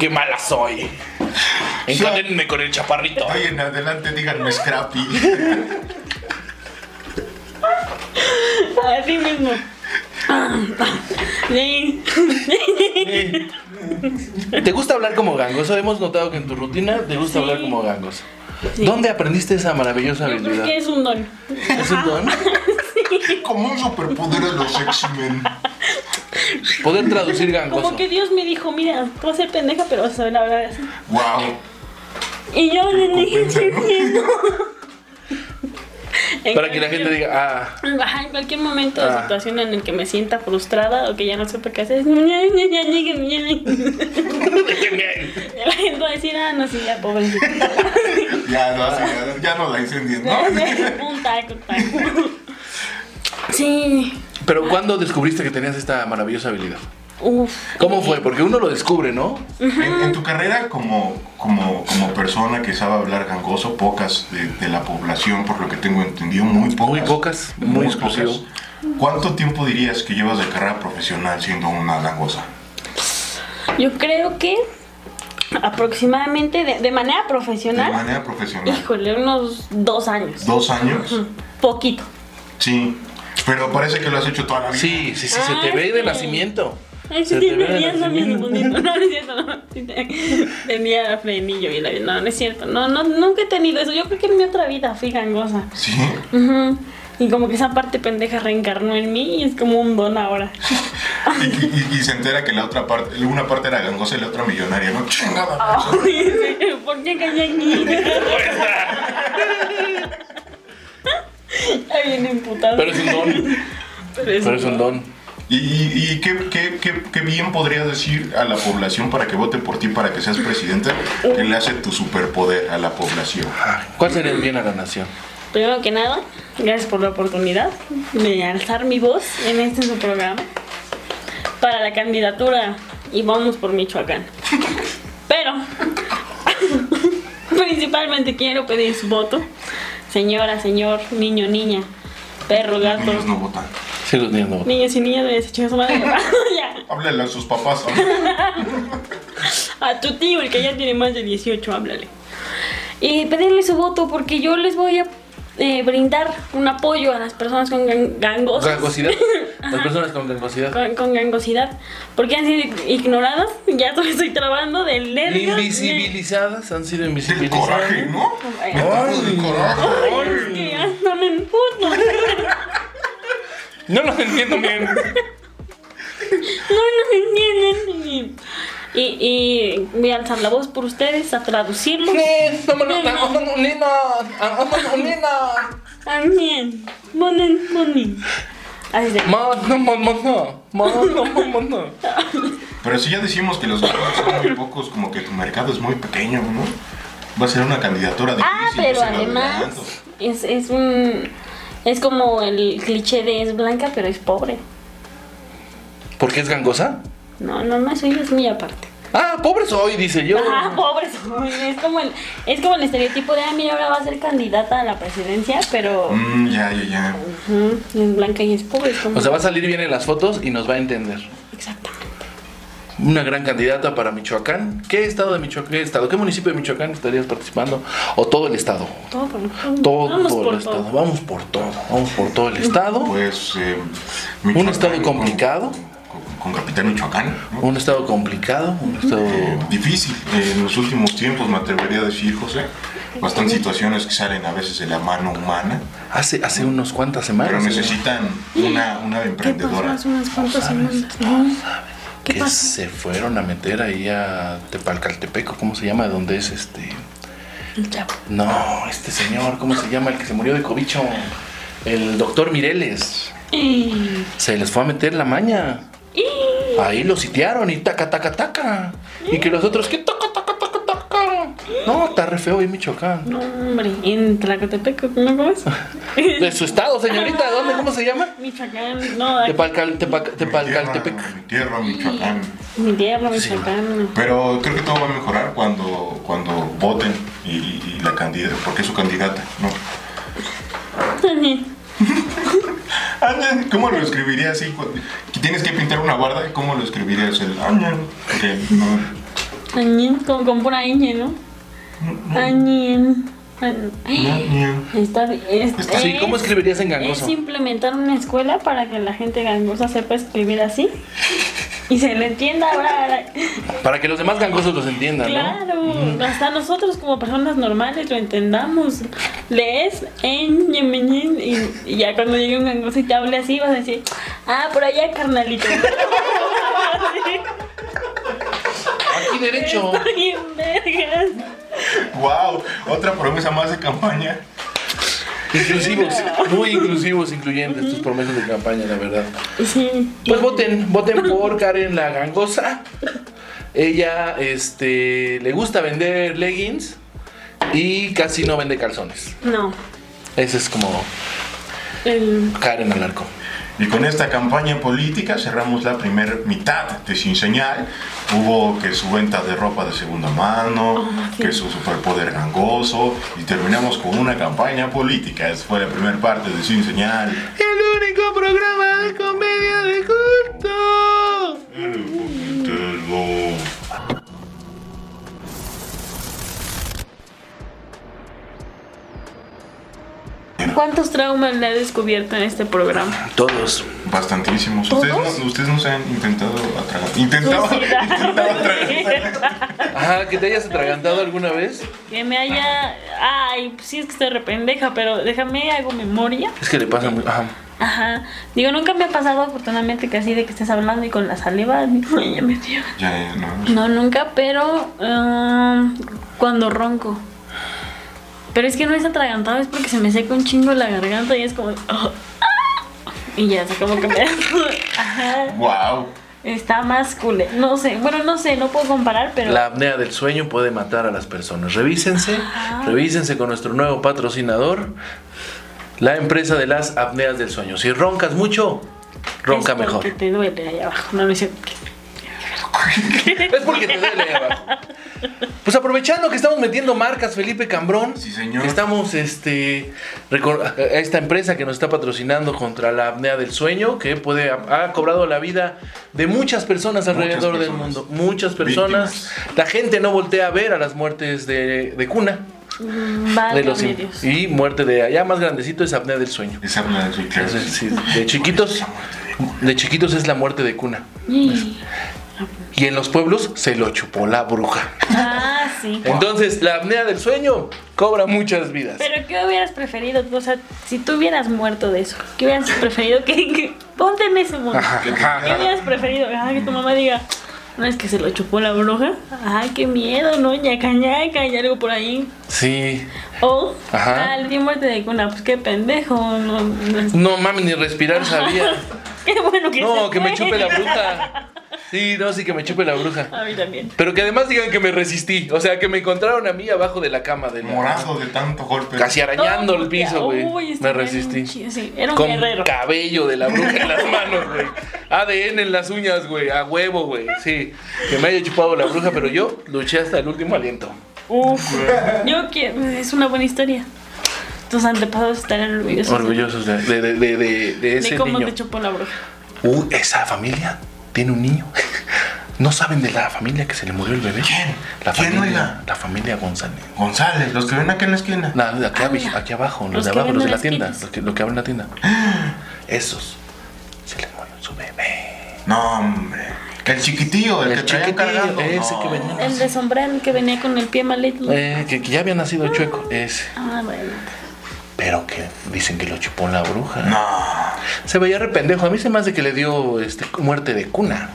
[SPEAKER 3] Qué mala soy. Encadénenme con el chaparrito.
[SPEAKER 5] hoy en adelante díganme Scrappy. [laughs]
[SPEAKER 4] Así mismo. Sí.
[SPEAKER 3] ¿Te gusta hablar como gangoso? Hemos notado que en tu rutina te gusta
[SPEAKER 4] Sí.
[SPEAKER 3] hablar como gangoso. ¿Dónde aprendiste esa maravillosa
[SPEAKER 4] Yo creo
[SPEAKER 3] habilidad?
[SPEAKER 4] que es un don.
[SPEAKER 3] ¿Es un don?
[SPEAKER 5] Como un superpoder de los X-Men.
[SPEAKER 3] Poder traducir gangoso.
[SPEAKER 4] Como que Dios me dijo, mira, tú vas a ser pendeja, pero vas a saber hablar así.
[SPEAKER 5] Wow.
[SPEAKER 4] Y yo le dije,
[SPEAKER 5] compensa, ¿no?
[SPEAKER 4] "Entiendo". En
[SPEAKER 3] [laughs] Para que la
[SPEAKER 4] cualquier-
[SPEAKER 3] gente diga, ah,
[SPEAKER 4] Ajá, en cualquier momento
[SPEAKER 3] Ah.
[SPEAKER 4] o situación en el que me sienta frustrada o que ya no sepa qué hacer, [laughs] la gente va a decir, ah, no, sí, ya pobre.
[SPEAKER 3] [laughs]
[SPEAKER 5] Ya, no, sí, ya, ya no la hice
[SPEAKER 4] [laughs]
[SPEAKER 5] en ¿no?
[SPEAKER 4] Un taco, taco. Sí.
[SPEAKER 3] pero ¿cuándo descubriste que tenías esta maravillosa habilidad?
[SPEAKER 4] Uf.
[SPEAKER 3] ¿Cómo fue? Porque uno lo descubre, ¿no?
[SPEAKER 5] En, en tu carrera como, como, como persona que sabe hablar gangoso, pocas de, de la población, por lo que tengo entendido, muy pocas.
[SPEAKER 3] Muy pocas, muy exclusivo.
[SPEAKER 5] ¿Cuánto tiempo dirías que llevas de carrera profesional siendo una gangosa?
[SPEAKER 4] Yo creo que aproximadamente de, de manera
[SPEAKER 5] De
[SPEAKER 4] profesional,
[SPEAKER 5] manera profesional.
[SPEAKER 4] híjole, unos dos años. Mm,
[SPEAKER 5] ¿Dos años?
[SPEAKER 4] Poquito.
[SPEAKER 5] Sí. Pero parece que lo has hecho toda la vida.
[SPEAKER 3] Sí, sí, sí, se te
[SPEAKER 4] Ay,
[SPEAKER 3] ve de
[SPEAKER 4] sí.
[SPEAKER 3] nacimiento.
[SPEAKER 4] Ay,
[SPEAKER 3] Se
[SPEAKER 4] sí,
[SPEAKER 3] te ve de
[SPEAKER 4] tenía bien
[SPEAKER 3] nacimiento.
[SPEAKER 4] bonito. [laughs] No, no es cierto. No. Sí te- Tenía frenillo y la No, no es cierto. No, no, nunca he tenido eso. Yo creo que en mi otra vida fui gangosa.
[SPEAKER 5] Sí.
[SPEAKER 4] Ujú. Y como que esa parte pendeja reencarnó en mí y es como un don ahora. [laughs]
[SPEAKER 5] Y, y- y se entera que la otra parte, una parte era gangosa y la otra millonaria, ¿no? Chingada.
[SPEAKER 4] Ah. Ay, sí, ¿Por qué caí
[SPEAKER 3] [laughs]
[SPEAKER 4] aquí? Está bien imputado.
[SPEAKER 3] Pero es un don, pero es un don.
[SPEAKER 5] ¿Y, y- y qué, qué- qué- qué bien podrías decir a la población para que vote por ti, para que seas presidente? Que le hace tu superpoder a la población.
[SPEAKER 3] ¿Cuál sería el bien a la nación?
[SPEAKER 4] Primero que nada, gracias por la oportunidad de alzar mi voz en este su programa para la candidatura y vamos por Michoacán. Pero [laughs] principalmente quiero pedir su voto, señora, señor, niño, niña, perro, gato,
[SPEAKER 5] Niños no votan.
[SPEAKER 3] Sí, los niños no votan.
[SPEAKER 4] niños y niñas [laughs] de su madre. ya.
[SPEAKER 5] Háblale a sus papás.
[SPEAKER 4] A tu tío, el que ya tiene más de 18, háblale. Y pedirle su voto porque yo les voy a eh, brindar un apoyo a las personas con gan- gangosas. [laughs]
[SPEAKER 3] Gangosidad. Las personas con gangosidad.
[SPEAKER 4] con, con gangosidad. Porque han sido ignoradas. Ya [laughs] estoy- estoy trabajando del nervio.
[SPEAKER 3] Invisibilizadas, han sido
[SPEAKER 5] El
[SPEAKER 3] invisibilizadas.
[SPEAKER 5] coraje, ¿no? Me tapo del coraje.
[SPEAKER 4] Ay, es que ya no me emputo. No,
[SPEAKER 3] No los entiendo bien.
[SPEAKER 4] [laughs] no me entienden. Y, y voy a alzar la voz por ustedes a traducirlo.
[SPEAKER 3] Ah,
[SPEAKER 4] Amén. Monen, monen. Así de-
[SPEAKER 5] Pero si ya decimos que los gangosos son muy pocos, como que tu mercado es muy pequeño, ¿no? Va a ser una candidatura difícil.
[SPEAKER 4] Ah, pero
[SPEAKER 5] yo se lo
[SPEAKER 4] además
[SPEAKER 5] adelanto.
[SPEAKER 4] es, es un... Es como el cliché de es blanca pero es pobre.
[SPEAKER 3] ¿Por qué es gangosa?
[SPEAKER 4] No, no, no, eso ya es muy aparte.
[SPEAKER 3] Ah, pobre soy, dice yo.
[SPEAKER 4] Ah, pobre [laughs] soy. Es como el, es como el estereotipo de, ah, mira, ahora va a ser candidata a la presidencia, pero
[SPEAKER 5] Mm, ya, ya, ya.
[SPEAKER 4] ujú, es blanca y es pobre. es como-
[SPEAKER 3] O sea, va a salir bien en las fotos y nos va a entender.
[SPEAKER 4] Exactamente.
[SPEAKER 3] Una gran candidata para Michoacán. ¿Qué estado de Michoacán? ¿Qué estado? ¿Qué municipio de Michoacán estarías participando? ¿O todo el estado?
[SPEAKER 4] Todo, por-
[SPEAKER 3] Todo
[SPEAKER 4] vamos
[SPEAKER 3] el
[SPEAKER 4] por
[SPEAKER 3] estado.
[SPEAKER 4] todo.
[SPEAKER 3] Vamos por todo. Vamos por todo el estado.
[SPEAKER 5] Pues. eh, Michoacán,
[SPEAKER 3] estado
[SPEAKER 5] con-
[SPEAKER 3] complicado.
[SPEAKER 5] Con, con Capitán Michoacán. ¿no?
[SPEAKER 3] Un estado complicado. Un estado.
[SPEAKER 5] Eh, difícil eh, en los últimos tiempos, me atrevería a decir, José. Bastantes situaciones que salen a veces de la mano humana,
[SPEAKER 3] Hace, hace unos cuantas semanas.
[SPEAKER 5] pero
[SPEAKER 3] señor.
[SPEAKER 5] necesitan una, una
[SPEAKER 4] ¿Qué pasó
[SPEAKER 5] emprendedora.
[SPEAKER 4] hace unas cuantas semanas? ¿Qué
[SPEAKER 3] que
[SPEAKER 4] pasó?
[SPEAKER 3] se fueron a meter ahí a Tepalcaltepeco, ¿cómo se llama? ¿Dónde es este?
[SPEAKER 4] El chavo.
[SPEAKER 3] No, este señor, ¿cómo se llama? El que se murió de cobicho. El doctor Mireles.
[SPEAKER 4] Y-
[SPEAKER 3] Se les fue a meter la maña.
[SPEAKER 4] y-
[SPEAKER 3] Ahí lo sitiaron y taca, taca, taca. Y que los otros, que taca, taca, taca, taca. No, está re feo ahí Michoacán.
[SPEAKER 4] No, hombre, en Tlacotepec, ¿no
[SPEAKER 3] [laughs]
[SPEAKER 4] cómo es?
[SPEAKER 3] De su estado, señorita, ¿de dónde? ¿Cómo se llama?
[SPEAKER 4] Michoacán, no, aquí-
[SPEAKER 3] Tepalcal, Tepac-
[SPEAKER 5] Mi tierra,
[SPEAKER 3] Tepalcaltepeco.
[SPEAKER 5] mi tierra, Michoacán.
[SPEAKER 4] mi tierra, Michoacán. [laughs]
[SPEAKER 5] Pero creo que todo va a mejorar cuando, cuando voten y, y- y la candidata, porque es su candidata, ¿no? Añan, Ah, ¿Cómo lo escribirías así? Cu- Tienes que pintar una barda, ¿cómo lo escribirías? El Añan, porque no-
[SPEAKER 4] Añén, como con pura ñ, ¿no? Añén. Añ-
[SPEAKER 5] Añén.
[SPEAKER 4] Está bien.
[SPEAKER 5] Está-
[SPEAKER 3] Sí, ¿cómo escribirías en gangoso?
[SPEAKER 4] Es implementar una escuela para que la gente gangosa sepa escribir así. Y se le entienda ahora.
[SPEAKER 3] Para que los demás gangosos los entiendan, ¿no?
[SPEAKER 4] Claro,
[SPEAKER 3] Mm.
[SPEAKER 4] hasta nosotros como personas normales lo entendamos. Lees en Yemenín y, y ya cuando llegue un gangoso y te hable así vas a decir, ah, por allá carnalito.
[SPEAKER 3] Aquí
[SPEAKER 4] [laughs]
[SPEAKER 3] derecho.
[SPEAKER 4] Está bien, vergas.
[SPEAKER 5] ¡Wow! Otra promesa más de campaña.
[SPEAKER 3] Inclusivos, muy inclusivos, incluyentes tus promesas de campaña, la verdad.
[SPEAKER 4] Sí.
[SPEAKER 3] Pues voten, voten por Karen la gangosa. Ella este le gusta vender leggings y casi no vende calzones.
[SPEAKER 4] No.
[SPEAKER 3] Ese es como
[SPEAKER 4] El-
[SPEAKER 3] Karen al arco.
[SPEAKER 5] Y con esta campaña política cerramos la primera mitad de Sin Señal. Hubo que su venta de ropa de segunda mano,
[SPEAKER 4] Ah, sí.
[SPEAKER 5] que su superpoder gangoso, y terminamos con una campaña política. Esa fue la primera parte de Sin Señal.
[SPEAKER 3] El único programa de comedia de culto.
[SPEAKER 4] ¿Cuántos traumas le ha descubierto en este programa?
[SPEAKER 3] Todos.
[SPEAKER 5] Bastantísimos. Ustedes
[SPEAKER 4] ¿Todos?
[SPEAKER 5] no, ustedes no se han intentado atragantar. Intentado,
[SPEAKER 4] Suicidar.
[SPEAKER 5] intentado atragantar.
[SPEAKER 3] Ajá, que te hayas atragantado alguna vez.
[SPEAKER 4] Que me haya. Ay, pues sí, es que estoy rependeja, pero déjame, hago memoria.
[SPEAKER 3] Es que le pasa muy. Ajá.
[SPEAKER 4] Ajá. Digo, nunca me ha pasado afortunadamente que así de que estés hablando y con la saliva. [laughs] digo, "Ay, ya me dio".
[SPEAKER 5] Ya, ya, no.
[SPEAKER 4] No, nunca, pero. ah, cuando ronco. Pero es que no es atragantado, es porque se me seca un chingo la garganta y es como. "Ah". y ya, se como que [laughs] me. Ajá.
[SPEAKER 5] Wow.
[SPEAKER 4] Está más cool. No sé, bueno, no sé, no puedo comparar, pero.
[SPEAKER 3] La apnea del sueño puede matar a las personas. Revísense, revísense con nuestro nuevo patrocinador, la empresa de las apneas del sueño. Si roncas mucho, ronca
[SPEAKER 4] es
[SPEAKER 3] mejor.
[SPEAKER 4] Porque te duele ahí abajo. No, no es cierto.
[SPEAKER 3] Es porque te duele ahí abajo. Pues aprovechando que estamos metiendo marcas, Felipe Cambrón.
[SPEAKER 5] Sí, señor.
[SPEAKER 3] Estamos este, recor- a esta empresa que nos está patrocinando contra la apnea del sueño, que puede ha, ha cobrado la vida de muchas personas alrededor del
[SPEAKER 5] personas.
[SPEAKER 3] mundo. Muchas personas. La gente no voltea a ver a las muertes de, de cuna.
[SPEAKER 4] Vale,
[SPEAKER 3] de los in-
[SPEAKER 4] medios.
[SPEAKER 3] y muerte de allá más grandecito es apnea del sueño.
[SPEAKER 5] Esa habla de Claire.
[SPEAKER 3] Entonces, sí, de chiquitos, de chiquitos es la muerte de cuna.
[SPEAKER 4] Y-
[SPEAKER 3] Y en los pueblos se lo chupó la bruja.
[SPEAKER 4] Ah, sí.
[SPEAKER 3] Entonces, la apnea del sueño cobra muchas vidas.
[SPEAKER 4] Pero ¿qué hubieras preferido? O sea, si tú hubieras muerto de eso, ¿qué hubieras preferido? que que- Ponte en ese mundo. ¿Qué hubieras preferido? Ah, que tu mamá diga, no es que se lo chupó la bruja. Ay, qué miedo, ¿no? Ñaca, ñaca, y algo por ahí.
[SPEAKER 3] Sí.
[SPEAKER 4] O,
[SPEAKER 3] Ajá.
[SPEAKER 4] ah, el día muerte de cuna, pues qué pendejo.
[SPEAKER 3] [laughs]
[SPEAKER 4] no- no-
[SPEAKER 3] No mames, ni respirar sabía.
[SPEAKER 4] [laughs] qué bueno que
[SPEAKER 3] No,
[SPEAKER 4] se
[SPEAKER 3] que me
[SPEAKER 4] fue.
[SPEAKER 3] chupe la bruja. Sí, no, sí, que me chupe la bruja.
[SPEAKER 4] [laughs] A mí también.
[SPEAKER 3] Pero que además digan que me resistí. O sea, que me encontraron a mí abajo de la cama. De la-
[SPEAKER 5] Morado de tanto golpe.
[SPEAKER 3] Casi arañando
[SPEAKER 4] Todo
[SPEAKER 3] el piso,
[SPEAKER 4] puteado. Uy,
[SPEAKER 3] güey.
[SPEAKER 4] este
[SPEAKER 3] Me
[SPEAKER 4] güey era un
[SPEAKER 3] resistí.
[SPEAKER 4] chi- Sí, era un
[SPEAKER 3] Con
[SPEAKER 4] guerrero.
[SPEAKER 3] cabello de la bruja en las manos, güey. ADN en las uñas, güey. A huevo, güey. Sí. Que me haya chupado la bruja, pero yo luché hasta el último aliento. [laughs]
[SPEAKER 4] Uf, yo quiero. Es una buena historia. Tus antepasados estarán orgullosos.
[SPEAKER 3] Orgullosos de, de, de, de- de- de
[SPEAKER 4] De
[SPEAKER 3] ese
[SPEAKER 4] cómo
[SPEAKER 3] niño.
[SPEAKER 4] te chupó la bruja.
[SPEAKER 3] Uh, esa familia tiene un niño. No saben de la familia que se le murió el bebé.
[SPEAKER 5] ¿Quién?
[SPEAKER 3] La
[SPEAKER 5] ¿Quién,
[SPEAKER 3] familia,
[SPEAKER 5] oiga? Ah,
[SPEAKER 3] la familia González.
[SPEAKER 5] González, los que ven acá en la esquina.
[SPEAKER 3] No, de aquí, abi- aquí abajo, los,
[SPEAKER 4] Los
[SPEAKER 3] de
[SPEAKER 4] que
[SPEAKER 3] abajo, los de la
[SPEAKER 4] venden las
[SPEAKER 3] tienda,
[SPEAKER 4] tiendas.
[SPEAKER 3] los que, los que abren la tienda. Esos. Se les murió su bebé.
[SPEAKER 5] No, hombre. Que el chiquitillo, el, que traían cargando.
[SPEAKER 3] ese
[SPEAKER 5] no.
[SPEAKER 3] que venía.
[SPEAKER 4] El de sombrero que venía con el pie malito.
[SPEAKER 3] Eh, que, que ya había nacido chueco, ese.
[SPEAKER 4] Ah, bueno.
[SPEAKER 3] Pero que dicen que lo chupó la bruja.
[SPEAKER 5] No.
[SPEAKER 3] Se veía re pendejo. A mí se me hace que le dio este, muerte de cuna.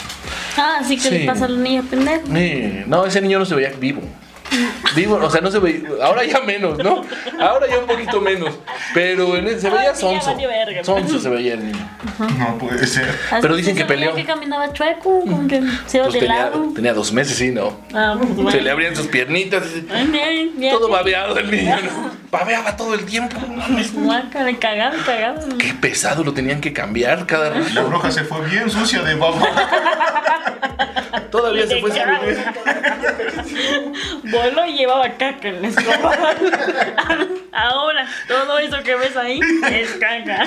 [SPEAKER 4] Ah, sí que
[SPEAKER 3] Sí.
[SPEAKER 4] le pasa al niño pendejo.
[SPEAKER 3] Eh, no, ese niño no se veía vivo. Vivo, o sea, no se veía. Ahora ya menos, ¿no? Ahora ya un poquito menos. Pero en ese, se veía
[SPEAKER 4] Ahora sí ya
[SPEAKER 3] sonso.
[SPEAKER 4] valió verga.
[SPEAKER 3] Sonso se veía el niño.
[SPEAKER 5] No puede ser.
[SPEAKER 4] Así
[SPEAKER 3] Pero dicen
[SPEAKER 4] se
[SPEAKER 3] que
[SPEAKER 4] veía
[SPEAKER 3] peleó.
[SPEAKER 4] que caminaba chueco, como que se iba
[SPEAKER 3] Pues
[SPEAKER 4] de
[SPEAKER 3] tenía,
[SPEAKER 4] lado.
[SPEAKER 3] tenía dos meses, sí, ¿no?
[SPEAKER 4] Ah, pues bueno.
[SPEAKER 3] Se le abrían sus piernitas.
[SPEAKER 4] Ay, mira, mira.
[SPEAKER 3] Todo babeado el niño, ¿no? Babeaba todo el
[SPEAKER 4] [laughs]
[SPEAKER 3] tiempo. no mames.
[SPEAKER 4] Guácala, cagado, cagado.
[SPEAKER 3] Qué pesado, lo tenían que cambiar cada rato.
[SPEAKER 5] La bruja se fue bien sucia de baba.
[SPEAKER 3] Todavía se
[SPEAKER 4] De
[SPEAKER 3] fue sin
[SPEAKER 4] cara.
[SPEAKER 3] vivir.
[SPEAKER 4] Bolo llevaba caca en la escoba. [laughs] Ahora, todo eso que ves ahí es caca.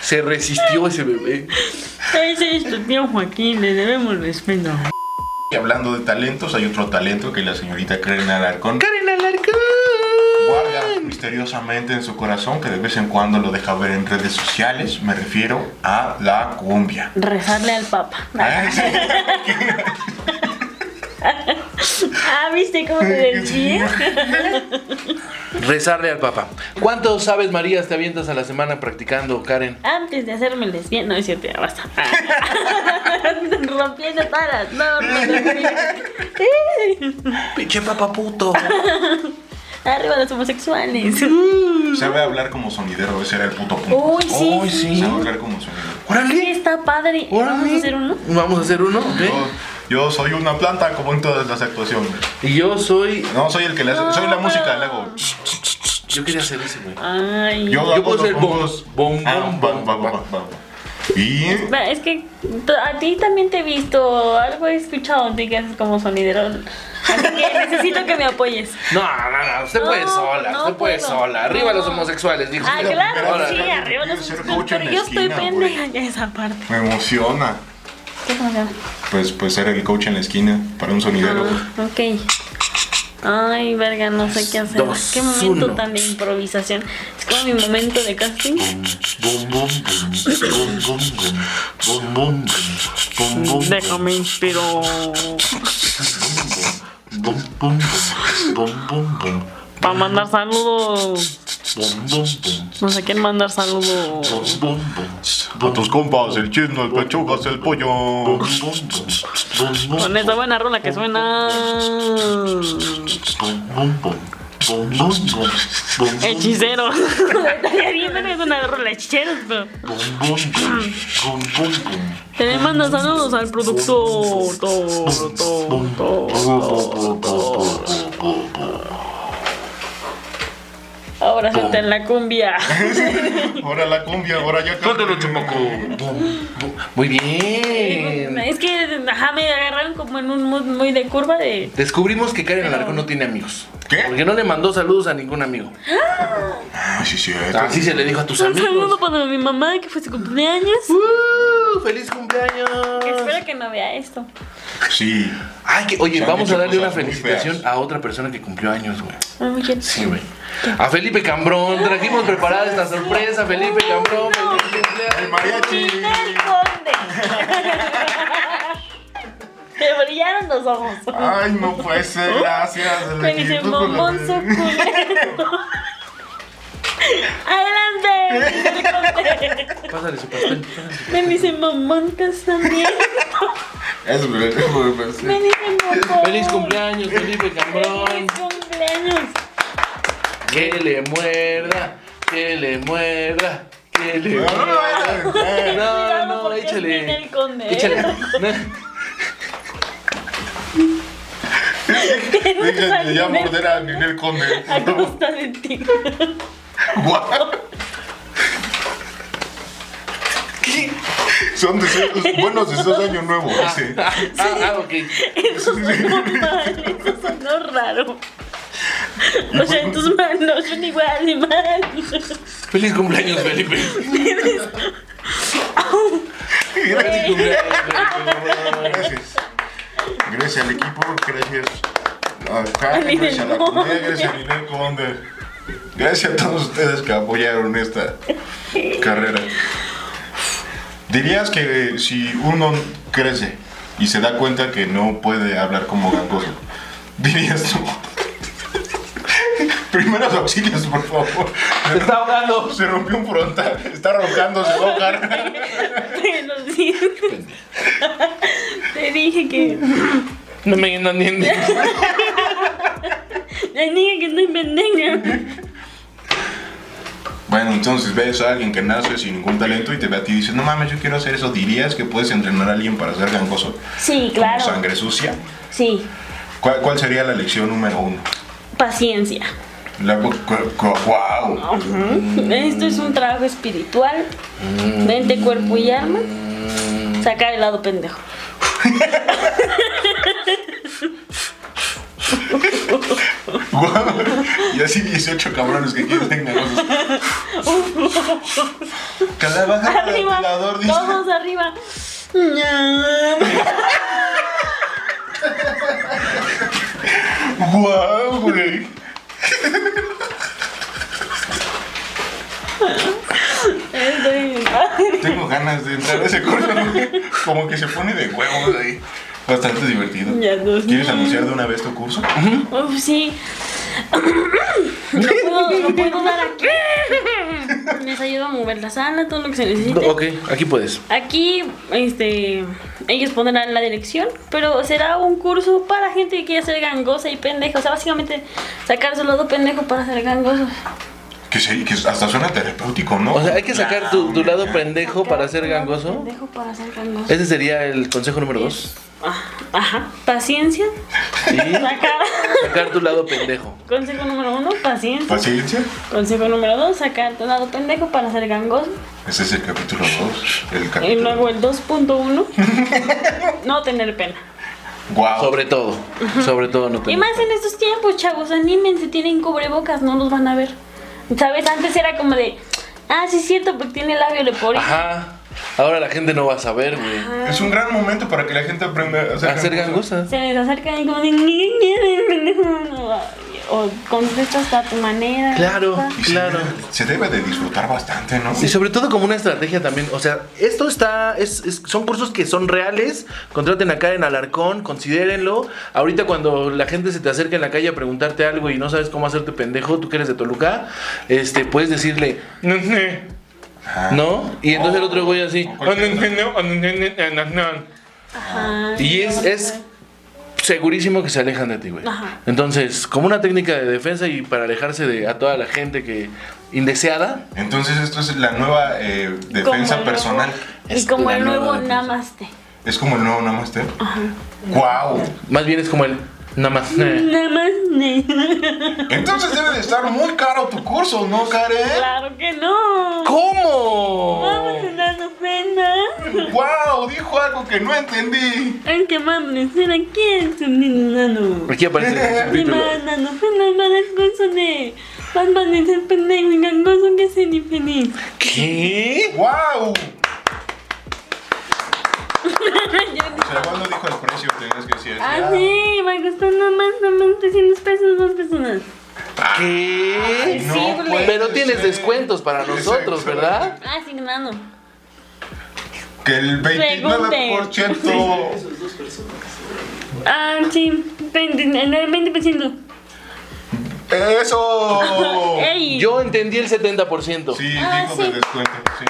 [SPEAKER 3] Se resistió ese bebé.
[SPEAKER 4] Ese es tu tío Joaquín, le debemos respeto.
[SPEAKER 5] Y hablando de talentos, hay otro talento que la señorita Karen Alarcón
[SPEAKER 3] Karen Alarcón.
[SPEAKER 5] guarda misteriosamente misteriosamente en su corazón que de vez en cuando lo deja ver en redes sociales. Me refiero a la cumbia.
[SPEAKER 4] Rezarle al papa.
[SPEAKER 5] Ah, sí.
[SPEAKER 4] Ah, ¿viste cómo
[SPEAKER 3] [laughs]
[SPEAKER 4] te desvié?
[SPEAKER 3] Rezarle al papá. ¿Cuántos aves marías te avientas a la semana practicando, Karen?
[SPEAKER 4] Antes de hacerme el desvío. No, es cierto, ya basta. Ah. [laughs] Rompiendo paras. No, no, no.
[SPEAKER 3] Pinche papá puto.
[SPEAKER 4] Arriba los homosexuales.
[SPEAKER 5] Sabe hablar como sonidero, ese era el puto punto.
[SPEAKER 4] Uy, sí.
[SPEAKER 3] Uy, sí.
[SPEAKER 5] Sabe hablar como sonidero.
[SPEAKER 4] Sí,
[SPEAKER 3] Órale.
[SPEAKER 4] está padre. ¿Vamos
[SPEAKER 3] órale.
[SPEAKER 4] a hacer uno?
[SPEAKER 3] Vamos a hacer uno,
[SPEAKER 5] Yo,
[SPEAKER 3] ok.
[SPEAKER 5] yo soy una planta como en todas las actuaciones.
[SPEAKER 3] Y yo soy.
[SPEAKER 5] No, soy el que le hace, soy la música, le hago.
[SPEAKER 3] Yo quería hacer ese, güey.
[SPEAKER 4] Ay.
[SPEAKER 5] Yo,
[SPEAKER 3] Yo puedo
[SPEAKER 5] hago
[SPEAKER 3] ser
[SPEAKER 5] los bongos.
[SPEAKER 3] bom- bom-
[SPEAKER 5] Ah,
[SPEAKER 3] bom-
[SPEAKER 5] bom-
[SPEAKER 3] bom-
[SPEAKER 5] bom- bom- bom. Y
[SPEAKER 4] Va, Es que to- a ti también te he visto, algo he escuchado de que haces como sonidero. Así que necesito que me apoyes.
[SPEAKER 3] No, no, no. Usted
[SPEAKER 4] No,
[SPEAKER 3] puede sola.
[SPEAKER 4] no
[SPEAKER 3] usted puede
[SPEAKER 4] puedo.
[SPEAKER 3] sola. Arriba
[SPEAKER 4] No.
[SPEAKER 3] los homosexuales, dijo.
[SPEAKER 4] Ah,
[SPEAKER 3] usted.
[SPEAKER 4] claro,
[SPEAKER 3] Ahora,
[SPEAKER 4] sí,
[SPEAKER 5] pero-
[SPEAKER 4] arriba los
[SPEAKER 5] ser
[SPEAKER 4] homosexuales.
[SPEAKER 5] coach en
[SPEAKER 4] Pero
[SPEAKER 5] la
[SPEAKER 4] yo estoy
[SPEAKER 5] esquina,
[SPEAKER 4] pendeja ya esa parte.
[SPEAKER 5] me emociona.
[SPEAKER 4] ¿Qué cómo se llama?
[SPEAKER 5] Pues, pues ser el coach en la esquina para un sonidero.
[SPEAKER 4] Ah, ok. Ay, verga, no sé qué hacer.
[SPEAKER 3] Dos,
[SPEAKER 4] qué momento
[SPEAKER 3] uno.
[SPEAKER 4] tan de improvisación. Es como mi momento de casting. Déjame inspiro. Para mandar saludos. No sé quién mandar saludos.
[SPEAKER 5] A tus compas, el chisno, el pechugas, el pollo.
[SPEAKER 4] Con esta buena rola que suena. [laughs] Hechicero. Estaría bien, pero es una rola de hechiceros, pero. Te le manda saludos al productor. todo, todo, todo, todo, todo. Ahora suelta en la cumbia.
[SPEAKER 5] Ahora la cumbia, ahora ya
[SPEAKER 3] Suéltalo, chamaco. Muy bien.
[SPEAKER 4] [laughs] Es que ajá, me agarraron como en un mood muy de curva de.
[SPEAKER 3] Descubrimos que Karen Alarcón no tiene amigos.
[SPEAKER 5] ¿Qué?
[SPEAKER 3] Porque no le mandó saludos a ningún amigo.
[SPEAKER 5] Ah, sí, cierto.
[SPEAKER 3] Así se le dijo a tus
[SPEAKER 4] "Pues, Un saludo
[SPEAKER 3] amigos.
[SPEAKER 4] para mi mamá que fue su cumpleaños.
[SPEAKER 3] ¡Uh! ¡Feliz cumpleaños!
[SPEAKER 4] Espero que no vea esto.
[SPEAKER 5] Sí.
[SPEAKER 3] Ay, que, oye,
[SPEAKER 5] Se han
[SPEAKER 3] vamos a
[SPEAKER 5] dicho
[SPEAKER 3] darle una
[SPEAKER 5] cosas muy
[SPEAKER 3] felicitación
[SPEAKER 5] feas.
[SPEAKER 3] a otra persona que cumplió años, güey.
[SPEAKER 4] Ay, muy bien.
[SPEAKER 3] Sí, güey. A Felipe Cambrón, trajimos preparada esta sorpresa, Felipe Cambrón, feliz
[SPEAKER 5] El
[SPEAKER 3] cumpleaños.
[SPEAKER 5] mariachi.
[SPEAKER 4] ¡Del conde! [laughs] Te brillaron los ojos.
[SPEAKER 3] Ah,
[SPEAKER 5] Ay, no puede ser, gracias. el
[SPEAKER 4] Me dice
[SPEAKER 5] equipo con la-
[SPEAKER 4] momón su culero. [laughs] ¡Adelante! del conde!
[SPEAKER 3] Pásale su pastel.
[SPEAKER 4] Me dice momón también.
[SPEAKER 5] Es
[SPEAKER 4] Me dice momón.
[SPEAKER 3] Feliz cumpleaños, Felipe Cambrón.
[SPEAKER 4] ¡Feliz cumpleaños!
[SPEAKER 3] Que le muerda, que le muerda, que le
[SPEAKER 5] No,
[SPEAKER 3] muerda.
[SPEAKER 5] no, no, no.
[SPEAKER 3] No,
[SPEAKER 4] Cuidado,
[SPEAKER 3] no,
[SPEAKER 4] porque es bien
[SPEAKER 3] échale.
[SPEAKER 4] el conde, ¿eh? [laughs]
[SPEAKER 3] Échale.
[SPEAKER 5] Déjenme ya morder a Ninel Conde.
[SPEAKER 4] [laughs] A costa de ti.
[SPEAKER 5] Guau. Son deseos, buenos deseos de año nuevo, dice.
[SPEAKER 3] Ah, ah, ok.
[SPEAKER 4] Eso sonó mal, eso sonó raro. O sea, en tus manos son igual de mal.
[SPEAKER 3] Feliz cumpleaños, Felipe.
[SPEAKER 5] Gracias,
[SPEAKER 3] Cumpleaños, Felipe.
[SPEAKER 5] gracias. Gracias al equipo, gracias a Karen,
[SPEAKER 4] Ninel
[SPEAKER 5] gracias a la
[SPEAKER 4] Conde.
[SPEAKER 5] comunidad, gracias a Ninel Conde. Gracias a todos ustedes que apoyaron esta carrera. Dirías que si uno crece y se da cuenta que no puede hablar como gangoso, dirías tú. [laughs] Primeros auxilios, por favor.
[SPEAKER 3] Se está ahogando.
[SPEAKER 5] Se rompió un frontal, está roncando, se va a ahogar.
[SPEAKER 4] Te lo dije. Te dije que.
[SPEAKER 3] No me no entiendes.
[SPEAKER 4] [laughs] La niña que no pendeja.
[SPEAKER 5] Bueno, entonces ves a alguien que nace sin ningún talento y te ve a ti y dice, no mames, yo quiero hacer eso. ¿Dirías que puedes entrenar a alguien para ser gangoso?
[SPEAKER 4] Sí,
[SPEAKER 5] Como
[SPEAKER 4] claro.
[SPEAKER 5] sangre sucia.
[SPEAKER 4] Sí.
[SPEAKER 5] ¿Cuál, cuál sería la lección número uno?
[SPEAKER 4] Paciencia.
[SPEAKER 5] La, cu- cu- cu- ¡Wow!
[SPEAKER 4] Esto es un trabajo espiritual. Mente, cuerpo y alma. Sacar el lado pendejo.
[SPEAKER 5] [laughs] Guau. Y así 18 cabrones que quieren
[SPEAKER 4] [laughs]
[SPEAKER 5] ser gangosos. Cada baja para el
[SPEAKER 4] Arriba.
[SPEAKER 5] ventilador dice...
[SPEAKER 4] Todos
[SPEAKER 5] [laughs]
[SPEAKER 4] arriba.
[SPEAKER 5] ¡Guau, güey!
[SPEAKER 4] Estoy- ay,
[SPEAKER 5] Tengo ganas de entrar a ese curso, güey. Como que se pone de huevos ahí. Bastante divertido.
[SPEAKER 4] Ya no sé.
[SPEAKER 5] ¿Quieres anunciar de una vez tu curso?
[SPEAKER 4] Uf, sí. No puedo, no puedo dar aquí. Les ayudo a mover la sala, todo lo que se necesite.
[SPEAKER 3] Ok, aquí puedes.
[SPEAKER 4] Aquí, este, ellos pondrán la dirección, pero será un curso para gente que quiere ser gangosa y pendeja. O sea, básicamente sacar su lado pendejo para ser gangoso.
[SPEAKER 5] Que, se- que hasta suena terapéutico, ¿no?
[SPEAKER 3] O sea, hay que sacar tu, tu lado pendejo para ser
[SPEAKER 4] tu lado
[SPEAKER 3] gangoso.
[SPEAKER 4] Pendejo para ser gangoso.
[SPEAKER 3] Ese sería el consejo número dos.
[SPEAKER 4] Ah, Ajá, paciencia.
[SPEAKER 3] ¿Sí?
[SPEAKER 4] Sacar.
[SPEAKER 3] [laughs] Sacar tu lado pendejo.
[SPEAKER 4] Consejo número uno, paciencia.
[SPEAKER 5] Paciencia.
[SPEAKER 4] Consejo número dos, sacar tu lado pendejo para ser gangoso.
[SPEAKER 5] Ese es el capítulo 2. El
[SPEAKER 4] Y
[SPEAKER 5] capítulo.
[SPEAKER 4] luego el
[SPEAKER 3] [laughs]
[SPEAKER 4] 2.1, no tener pena.
[SPEAKER 5] Guau.
[SPEAKER 3] Sobre todo. Sobre todo no
[SPEAKER 4] Y
[SPEAKER 3] tener.
[SPEAKER 4] más en estos tiempos, chavos, anímense, tienen cubrebocas, no los van a ver. ¿Sabes? Antes era como de, ah, sí es cierto, porque tiene labio leporino.
[SPEAKER 3] Ajá. Ahora la gente no va a saber, güey.
[SPEAKER 5] Es un gran momento para que la gente aprenda a hacer,
[SPEAKER 3] A ser gangosa.
[SPEAKER 4] Se les acercan y como de, "Ni, ni, ni, ni, ni". o contestas a tu manera.
[SPEAKER 3] Claro,
[SPEAKER 5] Y se
[SPEAKER 3] claro.
[SPEAKER 5] debe- Se debe de disfrutar bastante, ¿no?
[SPEAKER 3] Y sobre todo como una estrategia también. O sea, esto está. Es, es- son cursos que son reales. Contraten a Karen Alarcón, considérenlo. Ahorita cuando la gente se te acerca en la calle a preguntarte algo y no sabes cómo hacerte pendejo, tú que eres de Toluca, este, puedes decirle. "Ujú",
[SPEAKER 5] Ajá.
[SPEAKER 3] ¿No? Y entonces el otro güey así.
[SPEAKER 5] O cualquier
[SPEAKER 4] Ajá,
[SPEAKER 3] [laughs] Y es,
[SPEAKER 4] van a
[SPEAKER 3] es
[SPEAKER 4] ver.
[SPEAKER 3] segurísimo que se alejan de ti, güey.
[SPEAKER 4] Ajá.
[SPEAKER 3] Entonces, como una técnica de defensa y para alejarse de a toda la gente que indeseada.
[SPEAKER 5] Entonces, esto es la nueva eh,
[SPEAKER 4] Como
[SPEAKER 5] defensa
[SPEAKER 4] el nuevo-
[SPEAKER 5] personal.
[SPEAKER 4] Y como
[SPEAKER 3] La
[SPEAKER 4] el
[SPEAKER 3] nueva
[SPEAKER 4] nuevo
[SPEAKER 3] defensa.
[SPEAKER 4] namaste. [laughs]
[SPEAKER 5] Es como el nuevo Namaste. ¡Guau!
[SPEAKER 3] Más bien es como el nada
[SPEAKER 4] [laughs]
[SPEAKER 3] más. eh.
[SPEAKER 4] Namaste.
[SPEAKER 5] Entonces debe de estar muy caro tu curso, ¿no, Karen?
[SPEAKER 4] Claro que no.
[SPEAKER 3] ¿Cómo?
[SPEAKER 4] Vamos a darnos pena.
[SPEAKER 5] ¡Guau! Dijo algo que no entendí.
[SPEAKER 4] Hay que amanecer aquí en su nano.
[SPEAKER 3] Aquí aparece el
[SPEAKER 4] Y
[SPEAKER 3] subtítulo.
[SPEAKER 4] van a no pena, van a descanso de. Van a amanecer pendejo y gangoso que se ni feliz.
[SPEAKER 3] ¿Qué?
[SPEAKER 5] ¡Guau!
[SPEAKER 4] [laughs] Yo-
[SPEAKER 5] O sea, cuando dijo el precio, tenías que decir.
[SPEAKER 4] Ah, sí, va a costar nomás, nomás 300 pesos dos personas.
[SPEAKER 3] ¿Qué?
[SPEAKER 5] no Flexible. puede
[SPEAKER 3] Pero tienes
[SPEAKER 5] ser.
[SPEAKER 3] descuentos para nosotros,
[SPEAKER 5] Exacto.
[SPEAKER 3] ¿verdad?
[SPEAKER 4] Ah, sí, nano.
[SPEAKER 5] Que el 29%.
[SPEAKER 4] Ah, sí, 20, el 20%. [laughs]
[SPEAKER 5] ¡Eso!
[SPEAKER 4] Ey.
[SPEAKER 3] Yo entendí el 70%.
[SPEAKER 5] Sí,
[SPEAKER 4] Ah,
[SPEAKER 5] dijo
[SPEAKER 4] sí.
[SPEAKER 5] de descuento. Sí.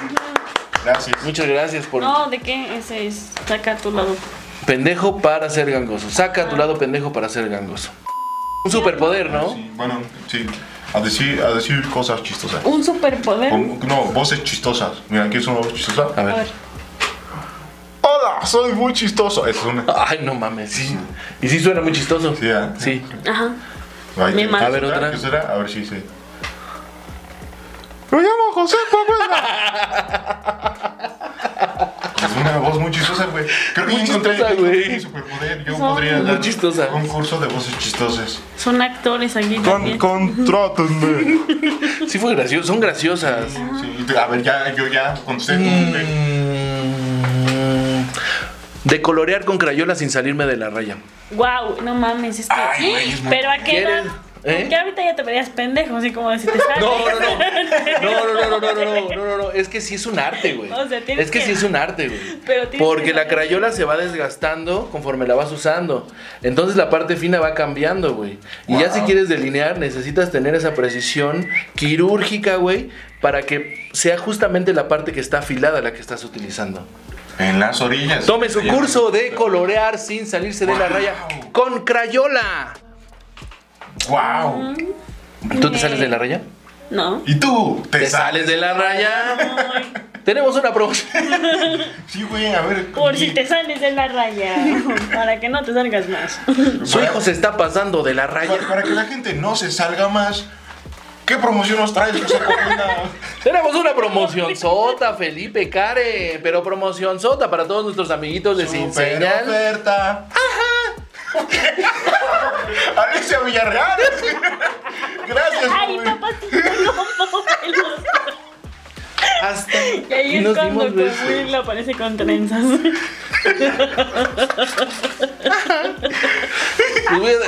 [SPEAKER 5] Gracias.
[SPEAKER 3] Muchas gracias por
[SPEAKER 4] No, ¿de qué? Ese es. Saca a tu lado.
[SPEAKER 3] pendejo para ser gangoso. Saca a tu lado pendejo para ser gangoso. Un superpoder, ¿no?
[SPEAKER 5] Sí, bueno, sí. A decir, a decir cosas chistosas.
[SPEAKER 4] Un superpoder.
[SPEAKER 5] Con- no, voces chistosas. Mira, aquí es una voz chistosa.
[SPEAKER 3] A
[SPEAKER 4] A
[SPEAKER 3] ver.
[SPEAKER 4] ver.
[SPEAKER 5] Hola, soy muy chistoso. Es una.
[SPEAKER 3] Ay, no mames, sí. Y sí suena muy chistoso.
[SPEAKER 5] Sí, ¿eh?
[SPEAKER 3] Sí.
[SPEAKER 4] Ajá.
[SPEAKER 5] Ay,
[SPEAKER 4] Me
[SPEAKER 5] ¿qué-
[SPEAKER 4] mata.
[SPEAKER 5] qué
[SPEAKER 4] A
[SPEAKER 3] eh, ver,
[SPEAKER 5] será?
[SPEAKER 3] otra.
[SPEAKER 5] ¿Qué será? A ver si sí, Lo llamo José Pabuela. Es una voz muy chistosa, güey. Creo que
[SPEAKER 3] Muy
[SPEAKER 5] ya encontré
[SPEAKER 3] chistosa,
[SPEAKER 5] yo creo que
[SPEAKER 3] güey.
[SPEAKER 5] mi superpoder. Yo
[SPEAKER 4] Son
[SPEAKER 5] podría
[SPEAKER 4] muy
[SPEAKER 5] dar
[SPEAKER 3] chistosa.
[SPEAKER 5] un curso de voces chistosas.
[SPEAKER 4] Son actores aquí.
[SPEAKER 5] Con,
[SPEAKER 4] también.
[SPEAKER 5] contrátenme.
[SPEAKER 3] Sí fue gracioso, son graciosas.
[SPEAKER 5] Sí, a ver, ya, yo ya contesté. tu-
[SPEAKER 3] Mm, De colorear con crayola sin salirme de la raya.
[SPEAKER 4] Wow, no mames, es que.
[SPEAKER 5] Ay, güey, es muy-
[SPEAKER 4] Pero a qué edad.
[SPEAKER 3] ¿Quieres? ¿Eh?
[SPEAKER 4] ¿Eh? Que ahorita ya te verías pendejo, así como si te sale.
[SPEAKER 3] [laughs] No, no, no.
[SPEAKER 4] [laughs]
[SPEAKER 3] No, no, no, no, no, no, no, no, no, no. Es que sí es un arte, güey.
[SPEAKER 4] O sea, tienes
[SPEAKER 3] es que,
[SPEAKER 4] que-
[SPEAKER 3] sí es un arte, güey.
[SPEAKER 4] Pero tienes
[SPEAKER 3] Porque
[SPEAKER 4] que
[SPEAKER 3] la
[SPEAKER 4] saber.
[SPEAKER 3] crayola se va desgastando conforme la vas usando. Entonces la parte fina va cambiando, güey. Y ya si quieres delinear, necesitas tener esa precisión quirúrgica, güey, para que sea justamente la parte que está afilada la que estás utilizando.
[SPEAKER 5] En las orillas.
[SPEAKER 3] Tome su
[SPEAKER 5] Ya.
[SPEAKER 3] curso de colorear sin salirse de la raya con crayola.
[SPEAKER 5] ¡Guau!
[SPEAKER 3] ¿Tú te sales de la raya?
[SPEAKER 4] No.
[SPEAKER 5] ¿Y tú? ¿Te,
[SPEAKER 3] Te sales de la raya. Tenemos una promoción.
[SPEAKER 5] Sí, güey, a ver.
[SPEAKER 4] Por si te sales de la [laughs] raya. Para que [laughs] no te salgas más.
[SPEAKER 3] Su hijo se está pasando de la
[SPEAKER 5] Para, [laughs]
[SPEAKER 3] raya.
[SPEAKER 5] para que la gente no se salga más, ¿qué promoción nos traes, José Corona?
[SPEAKER 3] Tenemos una promoción sota, Felipe, Care, pero promoción sota para todos nuestros amiguitos de [laughs] Sin
[SPEAKER 5] Super
[SPEAKER 3] Señal.
[SPEAKER 5] oferta. ¡Ajá! [laughs] ¡Alicia Villarreal! [laughs] Gracias,
[SPEAKER 4] Ay,
[SPEAKER 5] güey.
[SPEAKER 4] papá, te tengo
[SPEAKER 3] [laughs]
[SPEAKER 4] pelos.
[SPEAKER 3] Hasta
[SPEAKER 4] Y ahí
[SPEAKER 3] y
[SPEAKER 4] es
[SPEAKER 3] nos
[SPEAKER 4] cuando
[SPEAKER 3] dimos besos.
[SPEAKER 4] Coahuila aparece con trenzas.
[SPEAKER 3] Hubiera-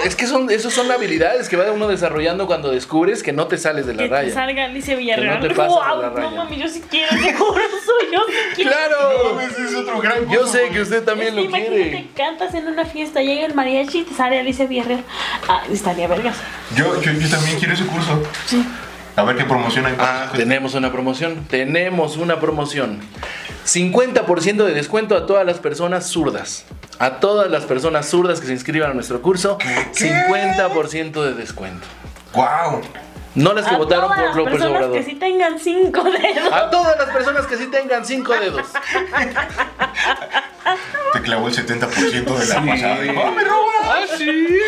[SPEAKER 3] Es que son, esas son habilidades que va uno desarrollando cuando descubres que no te sales de la
[SPEAKER 4] Que te
[SPEAKER 3] raya.
[SPEAKER 4] salga Alicia Villarreal.
[SPEAKER 3] te pases de la
[SPEAKER 4] Guau,
[SPEAKER 3] raya.
[SPEAKER 4] no mami, yo sí quiero, te juro, [laughs] soy yo sí quiero.
[SPEAKER 3] ¡Claro!
[SPEAKER 5] Ese es otro gran
[SPEAKER 3] Yo
[SPEAKER 5] gusto,
[SPEAKER 3] sé
[SPEAKER 5] güey.
[SPEAKER 3] que usted
[SPEAKER 4] Es
[SPEAKER 3] también
[SPEAKER 4] que
[SPEAKER 3] lo
[SPEAKER 4] imagínate,
[SPEAKER 3] quiere.
[SPEAKER 4] cantas en una fiesta, llega el mariachi y te sale Alicia Villarreal. Ah, estaría vergas.
[SPEAKER 5] Yo, yo, yo también quiero ese curso.
[SPEAKER 4] Sí.
[SPEAKER 5] A ver qué promoción hay.
[SPEAKER 3] Ah, tenemos una promoción. Tenemos una promoción. 50% de descuento a todas las personas zurdas. A todas las personas zurdas que se inscriban a nuestro curso, 50% de descuento.
[SPEAKER 5] ¡Guau!
[SPEAKER 3] No las que
[SPEAKER 4] A
[SPEAKER 3] votaron
[SPEAKER 4] todas
[SPEAKER 3] por
[SPEAKER 4] las
[SPEAKER 3] López
[SPEAKER 4] personas
[SPEAKER 3] Obrador.
[SPEAKER 4] que sí tengan cinco dedos.
[SPEAKER 3] A todas las personas que sí tengan cinco
[SPEAKER 4] [laughs]
[SPEAKER 3] dedos.
[SPEAKER 5] Te clavó el 70% de la pasada. ¡Ah, me robo!
[SPEAKER 3] ¿Ah, sí?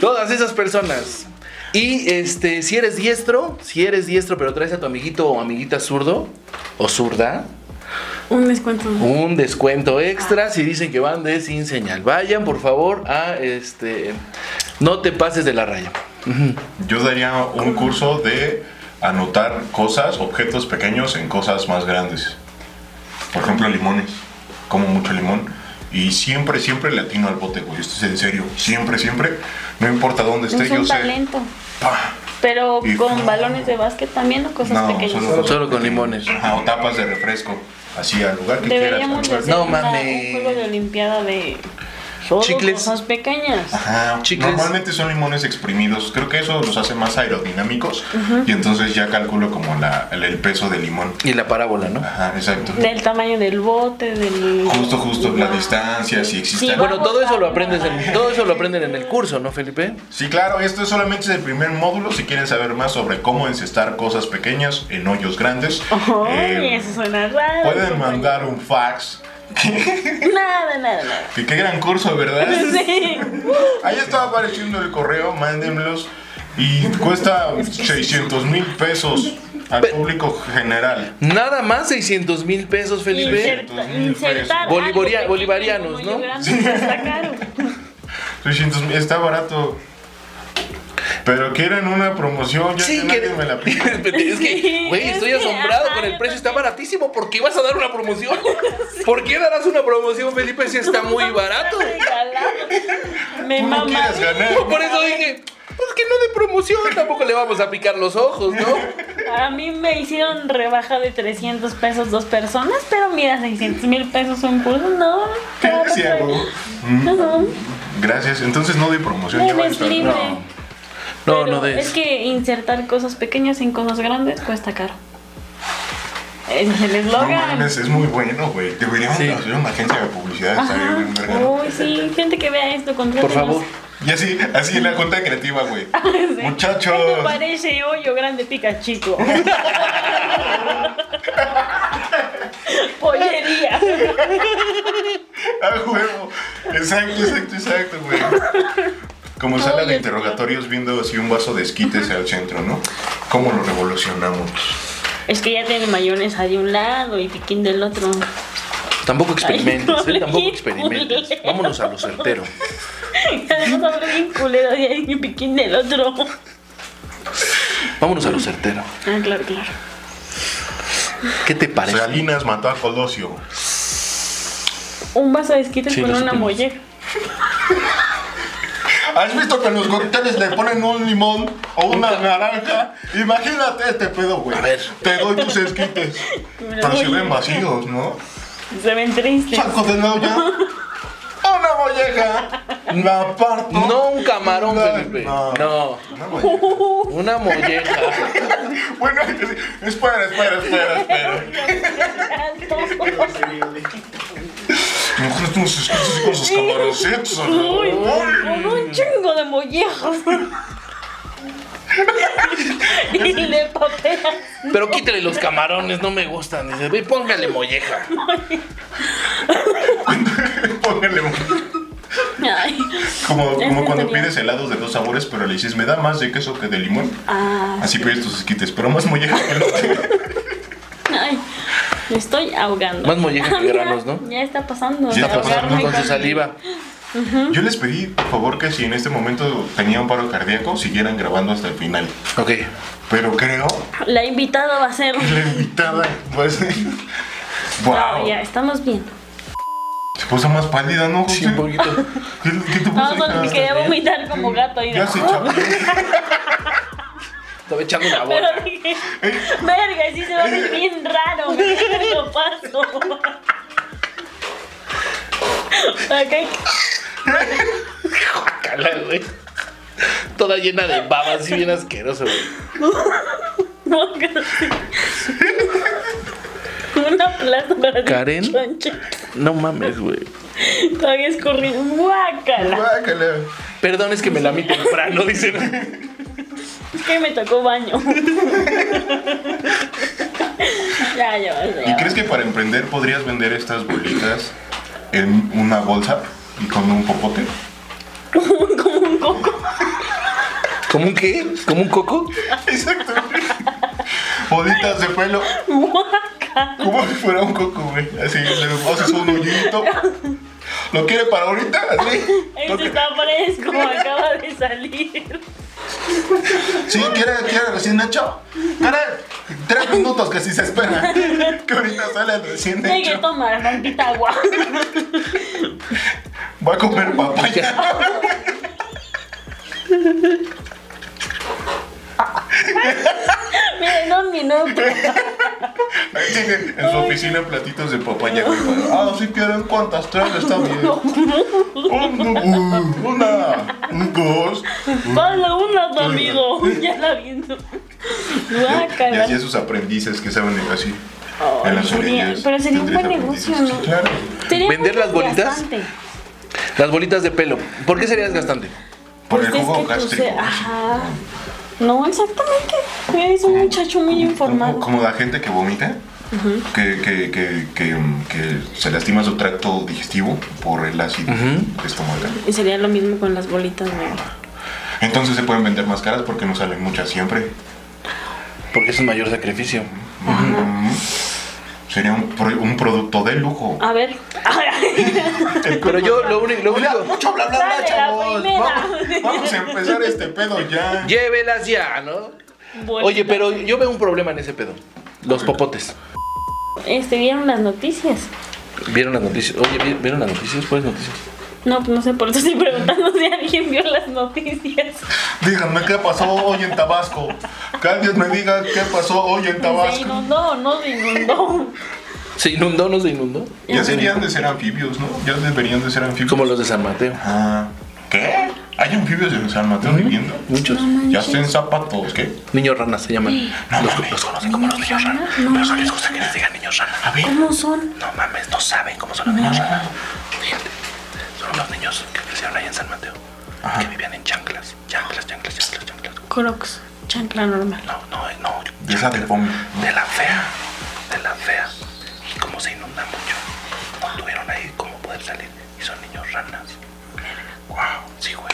[SPEAKER 3] Todas esas personas. Y este, si eres diestro, si eres diestro, pero traes a tu amiguito o amiguita zurdo o zurda,
[SPEAKER 4] Un descuento.
[SPEAKER 3] un descuento extra si dicen que van de sin señal. Vayan, por favor, a este. No te pases de la raya.
[SPEAKER 5] Yo daría un curso de anotar cosas, objetos pequeños en cosas más grandes. Por ejemplo, limones. Como mucho limón. Y siempre, siempre le atino al bote, güey. Esto es en serio. Siempre, siempre. No importa dónde esté,
[SPEAKER 4] Es
[SPEAKER 5] yo
[SPEAKER 4] un
[SPEAKER 5] sé.
[SPEAKER 4] talento.
[SPEAKER 5] ¡Pah!
[SPEAKER 4] Pero
[SPEAKER 5] Y-
[SPEAKER 4] con
[SPEAKER 5] no.
[SPEAKER 4] balones de básquet también o cosas
[SPEAKER 5] No,
[SPEAKER 4] pequeñas.
[SPEAKER 5] solo,
[SPEAKER 3] Solo con limones.
[SPEAKER 5] Ajá, o tapas de refresco. Así, al lugar que
[SPEAKER 4] Deberíamos
[SPEAKER 5] quieras. al lugar-
[SPEAKER 4] hacer
[SPEAKER 3] No
[SPEAKER 4] una-
[SPEAKER 3] mames.
[SPEAKER 4] un juego de olimpiada de solo
[SPEAKER 3] Chicles.
[SPEAKER 4] cosas pequeñas.
[SPEAKER 5] Ajá,
[SPEAKER 3] Chicles.
[SPEAKER 5] Normalmente son limones exprimidos. Creo que eso los hace más aerodinámicos. Y entonces ya calculo como la, el, el peso del limón.
[SPEAKER 3] Y la parábola, ¿no?
[SPEAKER 5] Ajá, exacto.
[SPEAKER 4] Del tamaño del bote, del...
[SPEAKER 5] Justo, justo, la distancia, si existe.
[SPEAKER 4] Sí,
[SPEAKER 5] algo.
[SPEAKER 3] Bueno, todo eso lo aprendes en, todo eso lo aprenden en el curso, ¿no, Felipe?
[SPEAKER 5] Sí, claro, esto es solamente es el primer módulo. Si quieren saber más sobre cómo encestar cosas pequeñas en hoyos grandes,
[SPEAKER 4] Ay,
[SPEAKER 5] eh,
[SPEAKER 4] eso suena raro.
[SPEAKER 5] pueden
[SPEAKER 4] compañero.
[SPEAKER 5] mandar un fax.
[SPEAKER 4] [laughs] Nada, nada,
[SPEAKER 5] [laughs]
[SPEAKER 4] nada.
[SPEAKER 5] Que qué gran curso, ¿verdad?
[SPEAKER 4] [laughs] Sí.
[SPEAKER 5] Ahí estaba apareciendo el correo, mándenmelos. Y
[SPEAKER 4] [laughs]
[SPEAKER 5] cuesta 600 mil pesos al público general.
[SPEAKER 3] Nada más 600 mil pesos, Felipe.
[SPEAKER 4] Inserta- insertar algo
[SPEAKER 3] Bolivaria-
[SPEAKER 4] pequeño
[SPEAKER 3] bolivarianos,
[SPEAKER 4] en un hoyo
[SPEAKER 3] ¿no?
[SPEAKER 4] grande Está caro.
[SPEAKER 5] 600 mil, está barato. Pero quieren una promoción, ya
[SPEAKER 3] Sí,
[SPEAKER 5] que
[SPEAKER 3] que...
[SPEAKER 5] nadie
[SPEAKER 4] [laughs]
[SPEAKER 5] me
[SPEAKER 3] [laughs]
[SPEAKER 5] la pide.
[SPEAKER 3] es que, güey,
[SPEAKER 4] Sí,
[SPEAKER 3] estoy
[SPEAKER 4] es que,
[SPEAKER 3] asombrado
[SPEAKER 4] ajá,
[SPEAKER 3] con el
[SPEAKER 4] yo
[SPEAKER 3] precio. Está baratísimo. ¿Por qué vas a dar una
[SPEAKER 4] [laughs]
[SPEAKER 3] promoción? ¿Por qué darás una promoción, Felipe, si está muy barato?
[SPEAKER 4] Regalado. Me
[SPEAKER 5] Tú no
[SPEAKER 4] mamá.
[SPEAKER 5] quieres ganar.
[SPEAKER 4] [laughs]
[SPEAKER 3] Yo por eso dije, pues que no de promoción, tampoco le vamos a picar los ojos, ¿no?
[SPEAKER 4] A mí me hicieron rebaja de 300 pesos dos personas, pero mira, 600 mil pesos un curso, no.
[SPEAKER 5] Creo que sí
[SPEAKER 4] claro,
[SPEAKER 5] hago. Mm,
[SPEAKER 4] no, no,
[SPEAKER 5] Gracias, entonces no doy promoción. ya vale
[SPEAKER 4] eres
[SPEAKER 5] estar.
[SPEAKER 4] libre.
[SPEAKER 3] No,
[SPEAKER 4] Pero
[SPEAKER 3] no des.
[SPEAKER 4] Es que insertar cosas pequeñas en cosas grandes cuesta caro. Es el
[SPEAKER 5] No
[SPEAKER 4] eslogan.
[SPEAKER 5] mames, es muy bueno, güey. Deberíamos
[SPEAKER 3] Sí.
[SPEAKER 5] hacer una agencia de publicidad. estaría bien verga.
[SPEAKER 4] Uy, sí, gente que vea esto,
[SPEAKER 3] Por
[SPEAKER 4] [laughs]
[SPEAKER 3] favor.
[SPEAKER 5] Y así, así en la cuenta creativa, güey. Muchachos.
[SPEAKER 4] Esto
[SPEAKER 5] [laughs]
[SPEAKER 4] parece hoyo grande pica chico. [laughs] Pollería.
[SPEAKER 5] A Ah, huevo. Exacto, exacto, exacto, güey. Como sala de interrogatorios viendo así un vaso de esquites al centro, ¿no? ¿Cómo lo revolucionamos?
[SPEAKER 4] Es que ya tiene mayonesa de un lado y piquín del otro.
[SPEAKER 3] Tampoco experimentes,
[SPEAKER 4] Ay,
[SPEAKER 3] ¿eh? tampoco
[SPEAKER 4] qué
[SPEAKER 3] experimentes.
[SPEAKER 4] culero.
[SPEAKER 3] Vámonos a lo certero.
[SPEAKER 4] [laughs] Además hablo bien culero de ahí y piquín del otro.
[SPEAKER 3] Vámonos a lo certero.
[SPEAKER 4] Ah, claro, claro.
[SPEAKER 3] ¿Qué te parece?
[SPEAKER 5] Salinas mató a Colosio.
[SPEAKER 4] Un vaso de esquites
[SPEAKER 3] Sí,
[SPEAKER 4] con
[SPEAKER 3] lo
[SPEAKER 4] una
[SPEAKER 3] supimos.
[SPEAKER 4] molleja.
[SPEAKER 5] ¿Has visto que en los cócteles le ponen un limón o una naranja? Imagínate este pedo, güey.
[SPEAKER 3] A ver.
[SPEAKER 5] Te doy tus esquites. Pero se ven vacíos, ¿no?
[SPEAKER 4] Se ven tristes.
[SPEAKER 5] Saco de olla. Una molleja. La parto.
[SPEAKER 3] No un camarón,
[SPEAKER 5] No,
[SPEAKER 3] Felipe.
[SPEAKER 5] no.
[SPEAKER 3] No,
[SPEAKER 5] Una molleja.
[SPEAKER 3] una molleja.
[SPEAKER 5] Bueno, espera, espera, espera, espera. Mejor tus esquites con sus camaroncitos. ¿no?
[SPEAKER 4] [laughs] Uy, con un chingo de mollejas. [laughs] y le papelas.
[SPEAKER 3] Pero quítale los camarones, no me gustan. Dice, ve, póngale molleja.
[SPEAKER 5] Póngale un-
[SPEAKER 4] Ay.
[SPEAKER 5] como, como cuando
[SPEAKER 4] Entretenido.
[SPEAKER 5] pides helados de dos sabores, pero le dices, me da más de queso que de limón.
[SPEAKER 4] Ah,
[SPEAKER 5] Así pides tus esquites, pero más molleja que elote.
[SPEAKER 4] ay. Me estoy ahogando.
[SPEAKER 3] Más molleja que
[SPEAKER 4] Ah, mira,
[SPEAKER 3] granos, ¿no?
[SPEAKER 4] [laughs] Ya está pasando.
[SPEAKER 5] Ya
[SPEAKER 4] de
[SPEAKER 5] está pasando
[SPEAKER 4] ahogarme
[SPEAKER 3] Con su
[SPEAKER 4] con-
[SPEAKER 3] saliva.
[SPEAKER 5] Yo les pedí, por favor, que si en este momento tenían paro cardíaco, siguieran grabando hasta el final.
[SPEAKER 3] Ok.
[SPEAKER 5] Pero creo
[SPEAKER 4] La invitada va a ser.
[SPEAKER 5] [laughs] que la invitada, pues.
[SPEAKER 4] Ah,
[SPEAKER 5] ¡Wow!
[SPEAKER 4] ya, estamos bien.
[SPEAKER 5] puso más pálida, ¿no? José?
[SPEAKER 3] Sí, un poquito.
[SPEAKER 5] ¿Qué, qué te puso?
[SPEAKER 4] No,
[SPEAKER 5] hija?
[SPEAKER 4] porque quería vomitar como gato ahí.
[SPEAKER 5] Ya se
[SPEAKER 4] [laughs]
[SPEAKER 5] chapó.
[SPEAKER 3] Estaba echando la bola.
[SPEAKER 4] Pero dije, verga, sí se va a ver bien raro, mejor lo
[SPEAKER 5] [laughs]
[SPEAKER 4] paso. Acá,
[SPEAKER 3] Guácala, güey. Toda llena de baba, así bien asqueroso, güey.
[SPEAKER 4] no, casi. Una plata para ti,
[SPEAKER 3] ¿Karen?
[SPEAKER 4] choncha.
[SPEAKER 3] No mames, güey.
[SPEAKER 4] Todavía escurrido. Guácala.
[SPEAKER 5] Guácala.
[SPEAKER 3] Perdón, es que me lamí temprano, dicen.
[SPEAKER 4] Es que me tocó baño. [laughs] ya, ya, basta,
[SPEAKER 5] ¿Y
[SPEAKER 4] ya.
[SPEAKER 5] crees que para emprender podrías vender estas bolitas en una bolsa y con un popote? [laughs]
[SPEAKER 4] Como un coco.
[SPEAKER 3] ¿Como un qué? ¿Como un coco?
[SPEAKER 5] Exacto. Bolitas de pelo,
[SPEAKER 4] Guácala.
[SPEAKER 5] como si fuera un coco, güey. Así, le haces un hoyito. ¿Lo quiere para ahorita? Así.
[SPEAKER 4] Este está fresco, acaba de salir.
[SPEAKER 5] Sí, quiere, quiere recién hecho. Cara, tres minutos que sí se espera. Que ahorita sale el recién
[SPEAKER 4] Hay que
[SPEAKER 5] hecho.
[SPEAKER 4] tomar tantita
[SPEAKER 5] [laughs]
[SPEAKER 4] agua.
[SPEAKER 5] Va a comer papaya.
[SPEAKER 4] Miren, un minuto.
[SPEAKER 5] Ahí tiene en su oficina platitos de papaya. güey. Ah, si quieren, ¿cuántas? Tres está
[SPEAKER 4] [laughs]
[SPEAKER 5] bien. Un- Una, un, dos.
[SPEAKER 4] Pasa una, tu amigo. [laughs] Ya la viendo.
[SPEAKER 5] Y
[SPEAKER 4] Guácala.
[SPEAKER 5] así a sus aprendices que saben así.
[SPEAKER 4] Ah, Ay,
[SPEAKER 5] en las
[SPEAKER 4] sería-
[SPEAKER 5] orillas.
[SPEAKER 4] pero sería un
[SPEAKER 5] Tendrías
[SPEAKER 4] buen negocio,
[SPEAKER 5] aprendices.
[SPEAKER 4] ¿no?
[SPEAKER 5] Sí, claro.
[SPEAKER 4] Sería muy
[SPEAKER 3] ¿Vender las bolitas?
[SPEAKER 4] desgastante.
[SPEAKER 3] Las bolitas de pelo. ¿Por qué sería desgastante?
[SPEAKER 5] Por
[SPEAKER 4] Pues
[SPEAKER 5] el
[SPEAKER 4] es
[SPEAKER 5] jugo
[SPEAKER 4] que tú
[SPEAKER 5] gástrico.
[SPEAKER 4] se- ah, Ajá. No, exactamente. Es un muchacho muy
[SPEAKER 5] Como,
[SPEAKER 4] informado.
[SPEAKER 5] como la gente que vomita, que, que, que, que, mm, que se lastima su tracto digestivo por el ácido estomacal.
[SPEAKER 4] Y sería lo mismo con las bolitas negras.
[SPEAKER 5] Entonces se pueden vender más caras porque no salen muchas siempre.
[SPEAKER 3] Porque es un mayor sacrificio.
[SPEAKER 5] Sería un, pro- un producto de lujo.
[SPEAKER 4] A
[SPEAKER 5] [laughs]
[SPEAKER 4] ver.
[SPEAKER 3] Pero yo lo único. Lo
[SPEAKER 5] Hola,
[SPEAKER 3] único
[SPEAKER 5] mucho bla bla bla,
[SPEAKER 4] Dale, la
[SPEAKER 5] chavos.
[SPEAKER 4] primera.
[SPEAKER 5] Vamos, vamos a empezar este pedo ya.
[SPEAKER 3] llévelas ya, ¿no?
[SPEAKER 4] bolita.
[SPEAKER 3] Oye, pero yo veo un problema en ese pedo. Los popotes.
[SPEAKER 4] Este, vieron las noticias.
[SPEAKER 3] ¿Vieron las noticias? Oye, ¿vi- ¿vieron las noticias? ¿Cuáles noticias?
[SPEAKER 4] No, pues no sé por eso estoy preguntando [laughs] si alguien vio las noticias.
[SPEAKER 5] Díganme qué pasó hoy en Tabasco. Que alguien me diga qué pasó hoy en
[SPEAKER 4] Se
[SPEAKER 5] Tabasco.
[SPEAKER 4] inundó, no se inundó.
[SPEAKER 3] ¿Se inundó o no se inundó?
[SPEAKER 5] Ya serían de ser anfibios, ¿no? Ya deberían de ser anfibios.
[SPEAKER 3] Como los de San Mateo.
[SPEAKER 5] Ah, ¿Qué? ¿Hay anfibios en San Mateo viviendo?
[SPEAKER 3] Muchos.
[SPEAKER 5] Ya estén zapatos, ¿qué?
[SPEAKER 3] Niños ranas se llaman.
[SPEAKER 5] No mames. Los conocen como los niños ranas. Pero eso les gusta que les digan niños ranas. A ver.
[SPEAKER 4] ¿Cómo son?
[SPEAKER 5] No mames, no saben cómo son los niños ranas.
[SPEAKER 7] Son los niños que crecieron ahí en San Mateo. Que vivían en chanclas. Chanclas, chanclas, chanclas, chanclas.
[SPEAKER 4] Crocs. Chancla normal.
[SPEAKER 7] No, no, no.
[SPEAKER 5] De esa de Pomi.
[SPEAKER 7] De la fea. De la fea. Y como se inunda mucho, no tuvieron ahí cómo poder salir. Y son niños ranas. Wow. Sí, güey.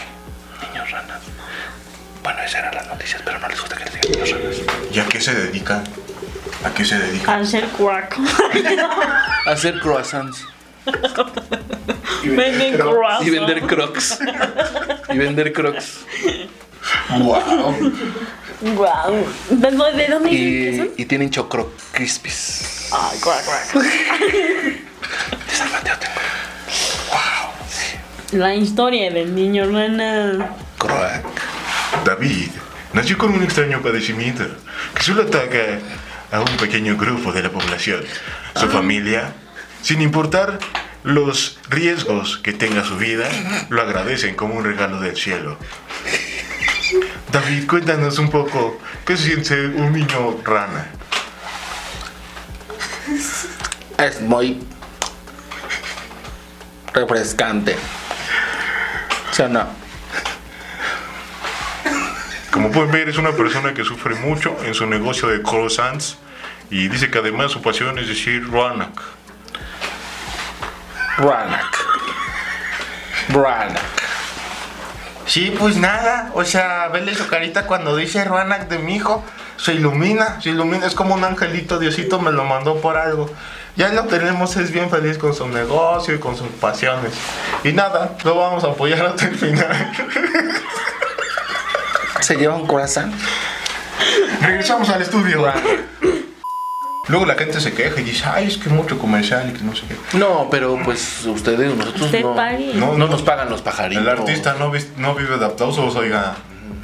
[SPEAKER 7] Niños ranas. Bueno, esas eran las noticias, pero no les gusta que les digan niños ranas.
[SPEAKER 5] ¿Y a qué se dedican? ¿A qué se dedican?
[SPEAKER 4] Al ser cuaco.
[SPEAKER 3] Hacer croissants.
[SPEAKER 4] Venden crocs.
[SPEAKER 3] Y vender crocs. Y vender crocs.
[SPEAKER 5] ¡Wow!
[SPEAKER 4] Wow. ¿De de dónde
[SPEAKER 3] Y,
[SPEAKER 4] dicen que son?
[SPEAKER 3] y tienen chocro crispies.
[SPEAKER 4] Ay, cuac,
[SPEAKER 3] [laughs]
[SPEAKER 4] cuac.
[SPEAKER 7] De San Mateo tengo.
[SPEAKER 4] La historia del niño rana.
[SPEAKER 3] Croc.
[SPEAKER 5] David nació con un extraño padecimiento que solo ataca a un pequeño grupo de la población. Su familia, sin importar los riesgos que tenga su vida, lo agradecen como un regalo del cielo. David, cuéntanos un poco qué siente un niño rana.
[SPEAKER 3] Es muy refrescante. ¿Sí o no?
[SPEAKER 5] Como pueden ver, es una persona que sufre mucho en su negocio de croissants y dice que además su pasión es decir ranak.
[SPEAKER 3] Branak. Branak.
[SPEAKER 5] Sí, pues nada, o sea, verle su carita cuando dice Ruanac de mi hijo, se ilumina, se ilumina, es como un angelito, Diosito me lo mandó por algo. Ya lo tenemos, es bien feliz con su negocio y con sus pasiones. Y nada, lo vamos a apoyar hasta el final.
[SPEAKER 3] Se lleva un corazón.
[SPEAKER 5] Regresamos al estudio. Luego la gente se queja y dice, ay, es que mucho comercial y que no sé qué.
[SPEAKER 3] No, pero pues ustedes, nosotros
[SPEAKER 4] Usted
[SPEAKER 3] no,
[SPEAKER 4] pague.
[SPEAKER 3] no, nos pagan los pajaritos.
[SPEAKER 5] El artista no, vis- no vive de aplausos, oiga.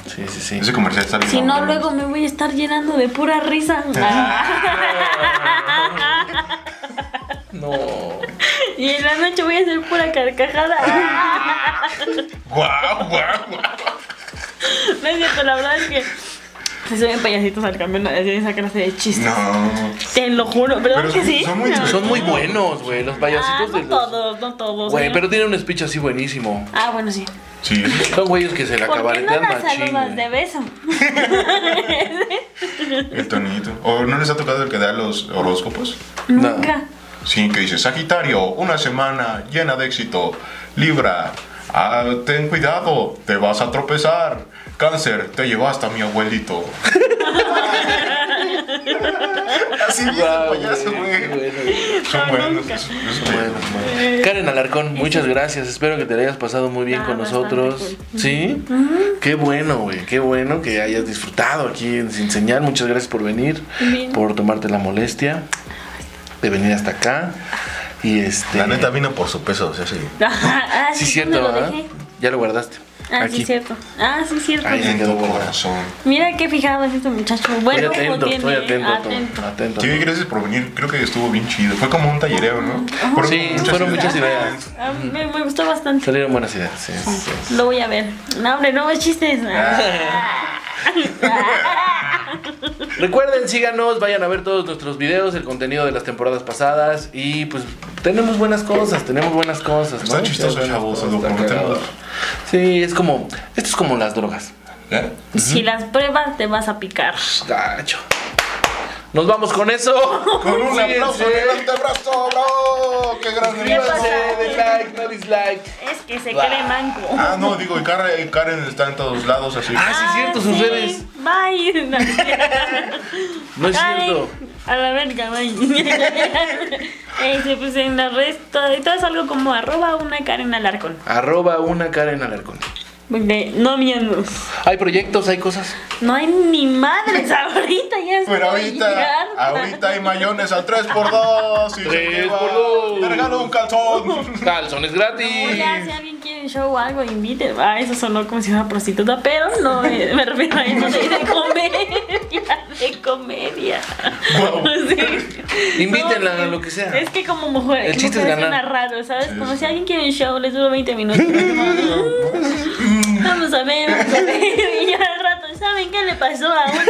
[SPEAKER 3] Sí, sí, sí.
[SPEAKER 5] Ese comercial está bien.
[SPEAKER 4] Si no,
[SPEAKER 5] mamón.
[SPEAKER 4] luego me voy a estar llenando de pura risa.
[SPEAKER 3] Ah. No.
[SPEAKER 4] [laughs] Y en la noche voy a hacer pura
[SPEAKER 3] Ah.
[SPEAKER 4] carcajada.
[SPEAKER 5] Guau, guau, guau.
[SPEAKER 4] [laughs] No es cierto, la verdad es que se suben payasitos al camión a decir esa clase de chistes.
[SPEAKER 5] No.
[SPEAKER 4] Te lo juro, ¿verdad
[SPEAKER 5] Pero
[SPEAKER 4] que
[SPEAKER 5] son-
[SPEAKER 4] sí?
[SPEAKER 5] son muy
[SPEAKER 4] No.
[SPEAKER 5] divertidos.
[SPEAKER 3] Son muy buenos, güey, los
[SPEAKER 4] Ah,
[SPEAKER 3] payasitos
[SPEAKER 4] no
[SPEAKER 3] de los...
[SPEAKER 4] todos, no todos.
[SPEAKER 3] Güey,
[SPEAKER 4] ¿no?
[SPEAKER 3] pero tienen un speech así buenísimo.
[SPEAKER 4] Ah, bueno, sí.
[SPEAKER 5] Sí.
[SPEAKER 3] Son güeyes que se la
[SPEAKER 4] ¿Por qué no
[SPEAKER 3] cabaretean
[SPEAKER 4] las
[SPEAKER 3] machín.
[SPEAKER 4] saludas
[SPEAKER 3] güey.
[SPEAKER 4] de beso? [laughs]
[SPEAKER 5] El tonito. ¿O no les ha tocado el que da los horóscopos?
[SPEAKER 3] [laughs] No.
[SPEAKER 4] Nunca.
[SPEAKER 5] Sí, que dice, Sagitario, una semana llena de éxito. Libra, ah, ten cuidado, te vas a tropezar. Cáncer, te llevaste a
[SPEAKER 3] [laughs]
[SPEAKER 5] mi abuelito. Así dice el
[SPEAKER 3] Guau,
[SPEAKER 5] payaso,
[SPEAKER 3] güey, qué
[SPEAKER 5] güey.
[SPEAKER 3] bueno, güey.
[SPEAKER 5] Son
[SPEAKER 4] No,
[SPEAKER 5] buenos.
[SPEAKER 4] nunca.
[SPEAKER 5] es- es bueno.
[SPEAKER 3] Karen Alarcón, muchas gracias. Espero que te la hayas pasado muy bien
[SPEAKER 4] Ah,
[SPEAKER 3] con
[SPEAKER 4] bastante
[SPEAKER 3] nosotros. ¿Sí? Qué bueno, güey. Qué bueno que hayas disfrutado aquí en Sin Señal. Muchas gracias por venir,
[SPEAKER 4] Bien.
[SPEAKER 3] por tomarte la molestia de venir hasta acá. Y este.
[SPEAKER 5] La neta vino por su peso, o sea, sí.
[SPEAKER 4] Ah,
[SPEAKER 3] Sí,
[SPEAKER 4] ¿dónde
[SPEAKER 3] cierto,
[SPEAKER 4] lo
[SPEAKER 3] ¿verdad?
[SPEAKER 4] dejé?
[SPEAKER 3] Ya lo guardaste.
[SPEAKER 4] Ah,
[SPEAKER 3] aquí.
[SPEAKER 4] sí, cierto. Ah, sí, cierto.
[SPEAKER 3] Ahí se
[SPEAKER 5] En
[SPEAKER 3] quedó
[SPEAKER 5] tu
[SPEAKER 3] guardado.
[SPEAKER 5] corazón.
[SPEAKER 4] Mira qué fijado es este muchacho.
[SPEAKER 3] Estoy
[SPEAKER 4] Bueno, ojo
[SPEAKER 3] atento,
[SPEAKER 4] tiene,
[SPEAKER 3] estoy atento, Tom,
[SPEAKER 4] atento.
[SPEAKER 3] atento.
[SPEAKER 5] Sí, gracias por venir. Creo que estuvo bien chido. Fue como un tallereo, ¿no?
[SPEAKER 3] Sí, fueron muchas ideas.
[SPEAKER 4] Ah, me, me gustó bastante.
[SPEAKER 3] Salieron buenas ideas. sí, sí, sí.
[SPEAKER 4] Lo voy a ver. No, hombre, no más
[SPEAKER 3] [laughs]
[SPEAKER 4] chistes. Ah.
[SPEAKER 3] Recuerden, síganos, vayan a ver todos nuestros videos, el contenido de las temporadas pasadas y pues tenemos buenas cosas, tenemos buenas cosas. ¿no?
[SPEAKER 5] Está chistoso,
[SPEAKER 3] Tenemos
[SPEAKER 5] chavos,
[SPEAKER 3] buenas
[SPEAKER 5] lo
[SPEAKER 3] cosas, está
[SPEAKER 5] prometemos.
[SPEAKER 3] cagado. Sí, es como, esto es como las drogas.
[SPEAKER 5] ¿Eh?
[SPEAKER 4] [laughs] Si las pruebas te vas a picar.
[SPEAKER 3] Gacho. Nos vamos con eso.
[SPEAKER 5] Con un
[SPEAKER 3] Cuídense.
[SPEAKER 5] aplauso en el antebrazo, bravo. Qué gran
[SPEAKER 3] Suscríbanse,
[SPEAKER 4] pasa?
[SPEAKER 3] den like, no dislike.
[SPEAKER 4] Es que se
[SPEAKER 3] Bah.
[SPEAKER 4] cree manco.
[SPEAKER 5] Ah, no, digo, y Karen, Karen está en todos lados, así.
[SPEAKER 3] Ah, sí, es cierto, sus
[SPEAKER 4] sí.
[SPEAKER 3] redes.
[SPEAKER 4] Bye. [laughs] No, es cierto.
[SPEAKER 3] No es
[SPEAKER 4] Ay,
[SPEAKER 3] cierto.
[SPEAKER 4] A la verga, bye. [laughs] Este, pues en las redes, todo, todo es algo como arroba una Karen Alarcón.
[SPEAKER 3] Arroba una Karen Alarcón.
[SPEAKER 4] Porque no mientos.
[SPEAKER 3] Hay proyectos, hay cosas.
[SPEAKER 4] No hay ni madres [laughs] ahorita, ya estoy
[SPEAKER 5] Pero ahorita,
[SPEAKER 4] harta.
[SPEAKER 5] ahorita hay mayones al 3x2. Y se
[SPEAKER 3] Tres
[SPEAKER 5] lleva-
[SPEAKER 3] por dos.
[SPEAKER 5] Te regalo un calzón.
[SPEAKER 3] Calzones gratis.
[SPEAKER 4] Ya, si alguien quiere un show o algo, invite. Ah, eso sonó como si fuera prostituta, pero no eh, me refiero a eso de, de comedia. De comedia.
[SPEAKER 5] Wow.
[SPEAKER 4] Sí.
[SPEAKER 3] Invítenla
[SPEAKER 4] No,
[SPEAKER 3] a lo que sea.
[SPEAKER 4] Es que como mujer,
[SPEAKER 3] El chiste es
[SPEAKER 4] mujer
[SPEAKER 3] ganar.
[SPEAKER 4] suena raro, ¿sabes?
[SPEAKER 5] Sí,
[SPEAKER 4] como
[SPEAKER 5] sí.
[SPEAKER 4] si alguien quiere un show, les duro
[SPEAKER 3] [laughs]
[SPEAKER 4] 20 minutos. vamos a ver, vamos a ver. [laughs] Y ya al rato, ¿saben qué le pasó a
[SPEAKER 3] [laughs]
[SPEAKER 4] una?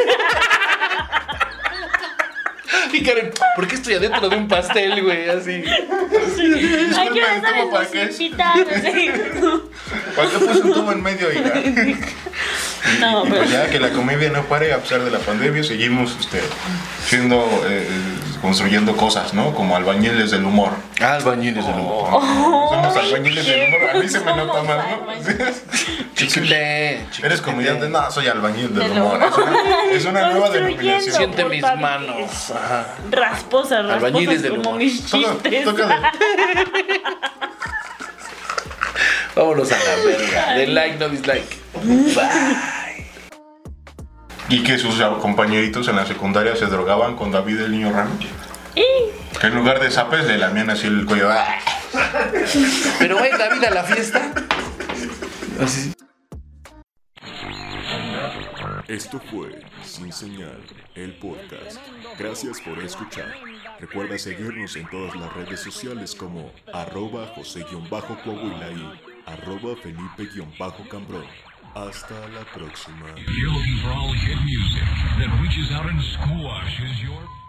[SPEAKER 3] Y Karen, ¿por qué estoy adentro de un pastel, güey? Así.
[SPEAKER 4] ¿A qué
[SPEAKER 5] Disculpen,
[SPEAKER 4] hora
[SPEAKER 5] ¿cómo
[SPEAKER 4] saben
[SPEAKER 5] para
[SPEAKER 4] los
[SPEAKER 5] qué es?
[SPEAKER 4] invitados? [laughs] Sí.
[SPEAKER 5] ¿Para qué puse un tubo en medio? Y, ya? Y-
[SPEAKER 4] No,
[SPEAKER 5] y
[SPEAKER 4] pero.
[SPEAKER 5] pues ya que la comedia no pare, a pesar de la pandemia, seguimos este, siendo, eh, construyendo cosas, ¿no? Como albañiles del humor.
[SPEAKER 3] Albañiles del humor.
[SPEAKER 5] Somos
[SPEAKER 4] Ay,
[SPEAKER 5] albañiles del humor. A mí se me
[SPEAKER 4] Oh. somos
[SPEAKER 5] nota más,
[SPEAKER 4] albañiles.
[SPEAKER 5] ¿no?
[SPEAKER 3] Chiquite.
[SPEAKER 5] Eres comediante, no, soy albañil del
[SPEAKER 4] Del
[SPEAKER 5] humor.
[SPEAKER 4] humor.
[SPEAKER 5] Es una, es una nueva
[SPEAKER 4] Construyendo.
[SPEAKER 5] denominación.
[SPEAKER 3] Siente
[SPEAKER 4] por
[SPEAKER 3] mis
[SPEAKER 4] partes.
[SPEAKER 3] manos. Ajá.
[SPEAKER 4] Rasposas, rasposas.
[SPEAKER 3] Albañiles del
[SPEAKER 4] como
[SPEAKER 3] humor.
[SPEAKER 4] mis
[SPEAKER 5] Toca-
[SPEAKER 4] chistes.
[SPEAKER 5] tócale.
[SPEAKER 3] Vámonos a la verga. De like, no dislike.
[SPEAKER 5] Y que sus ah, compañeritos en la secundaria se drogaban con David el niño raro. Que en lugar de zapes le lamían así el cuello. ¡Ah!
[SPEAKER 3] Pero güey, David a la fiesta. Así.
[SPEAKER 2] Esto fue Sin Señal, el podcast. Gracias por escuchar. Recuerda seguirnos en todas las redes sociales como arroba José-Coahuila y arroba Felipe-Cambrón. Hasta la próxima.
[SPEAKER 1] If you're looking for all hit music that reaches out and squashes your...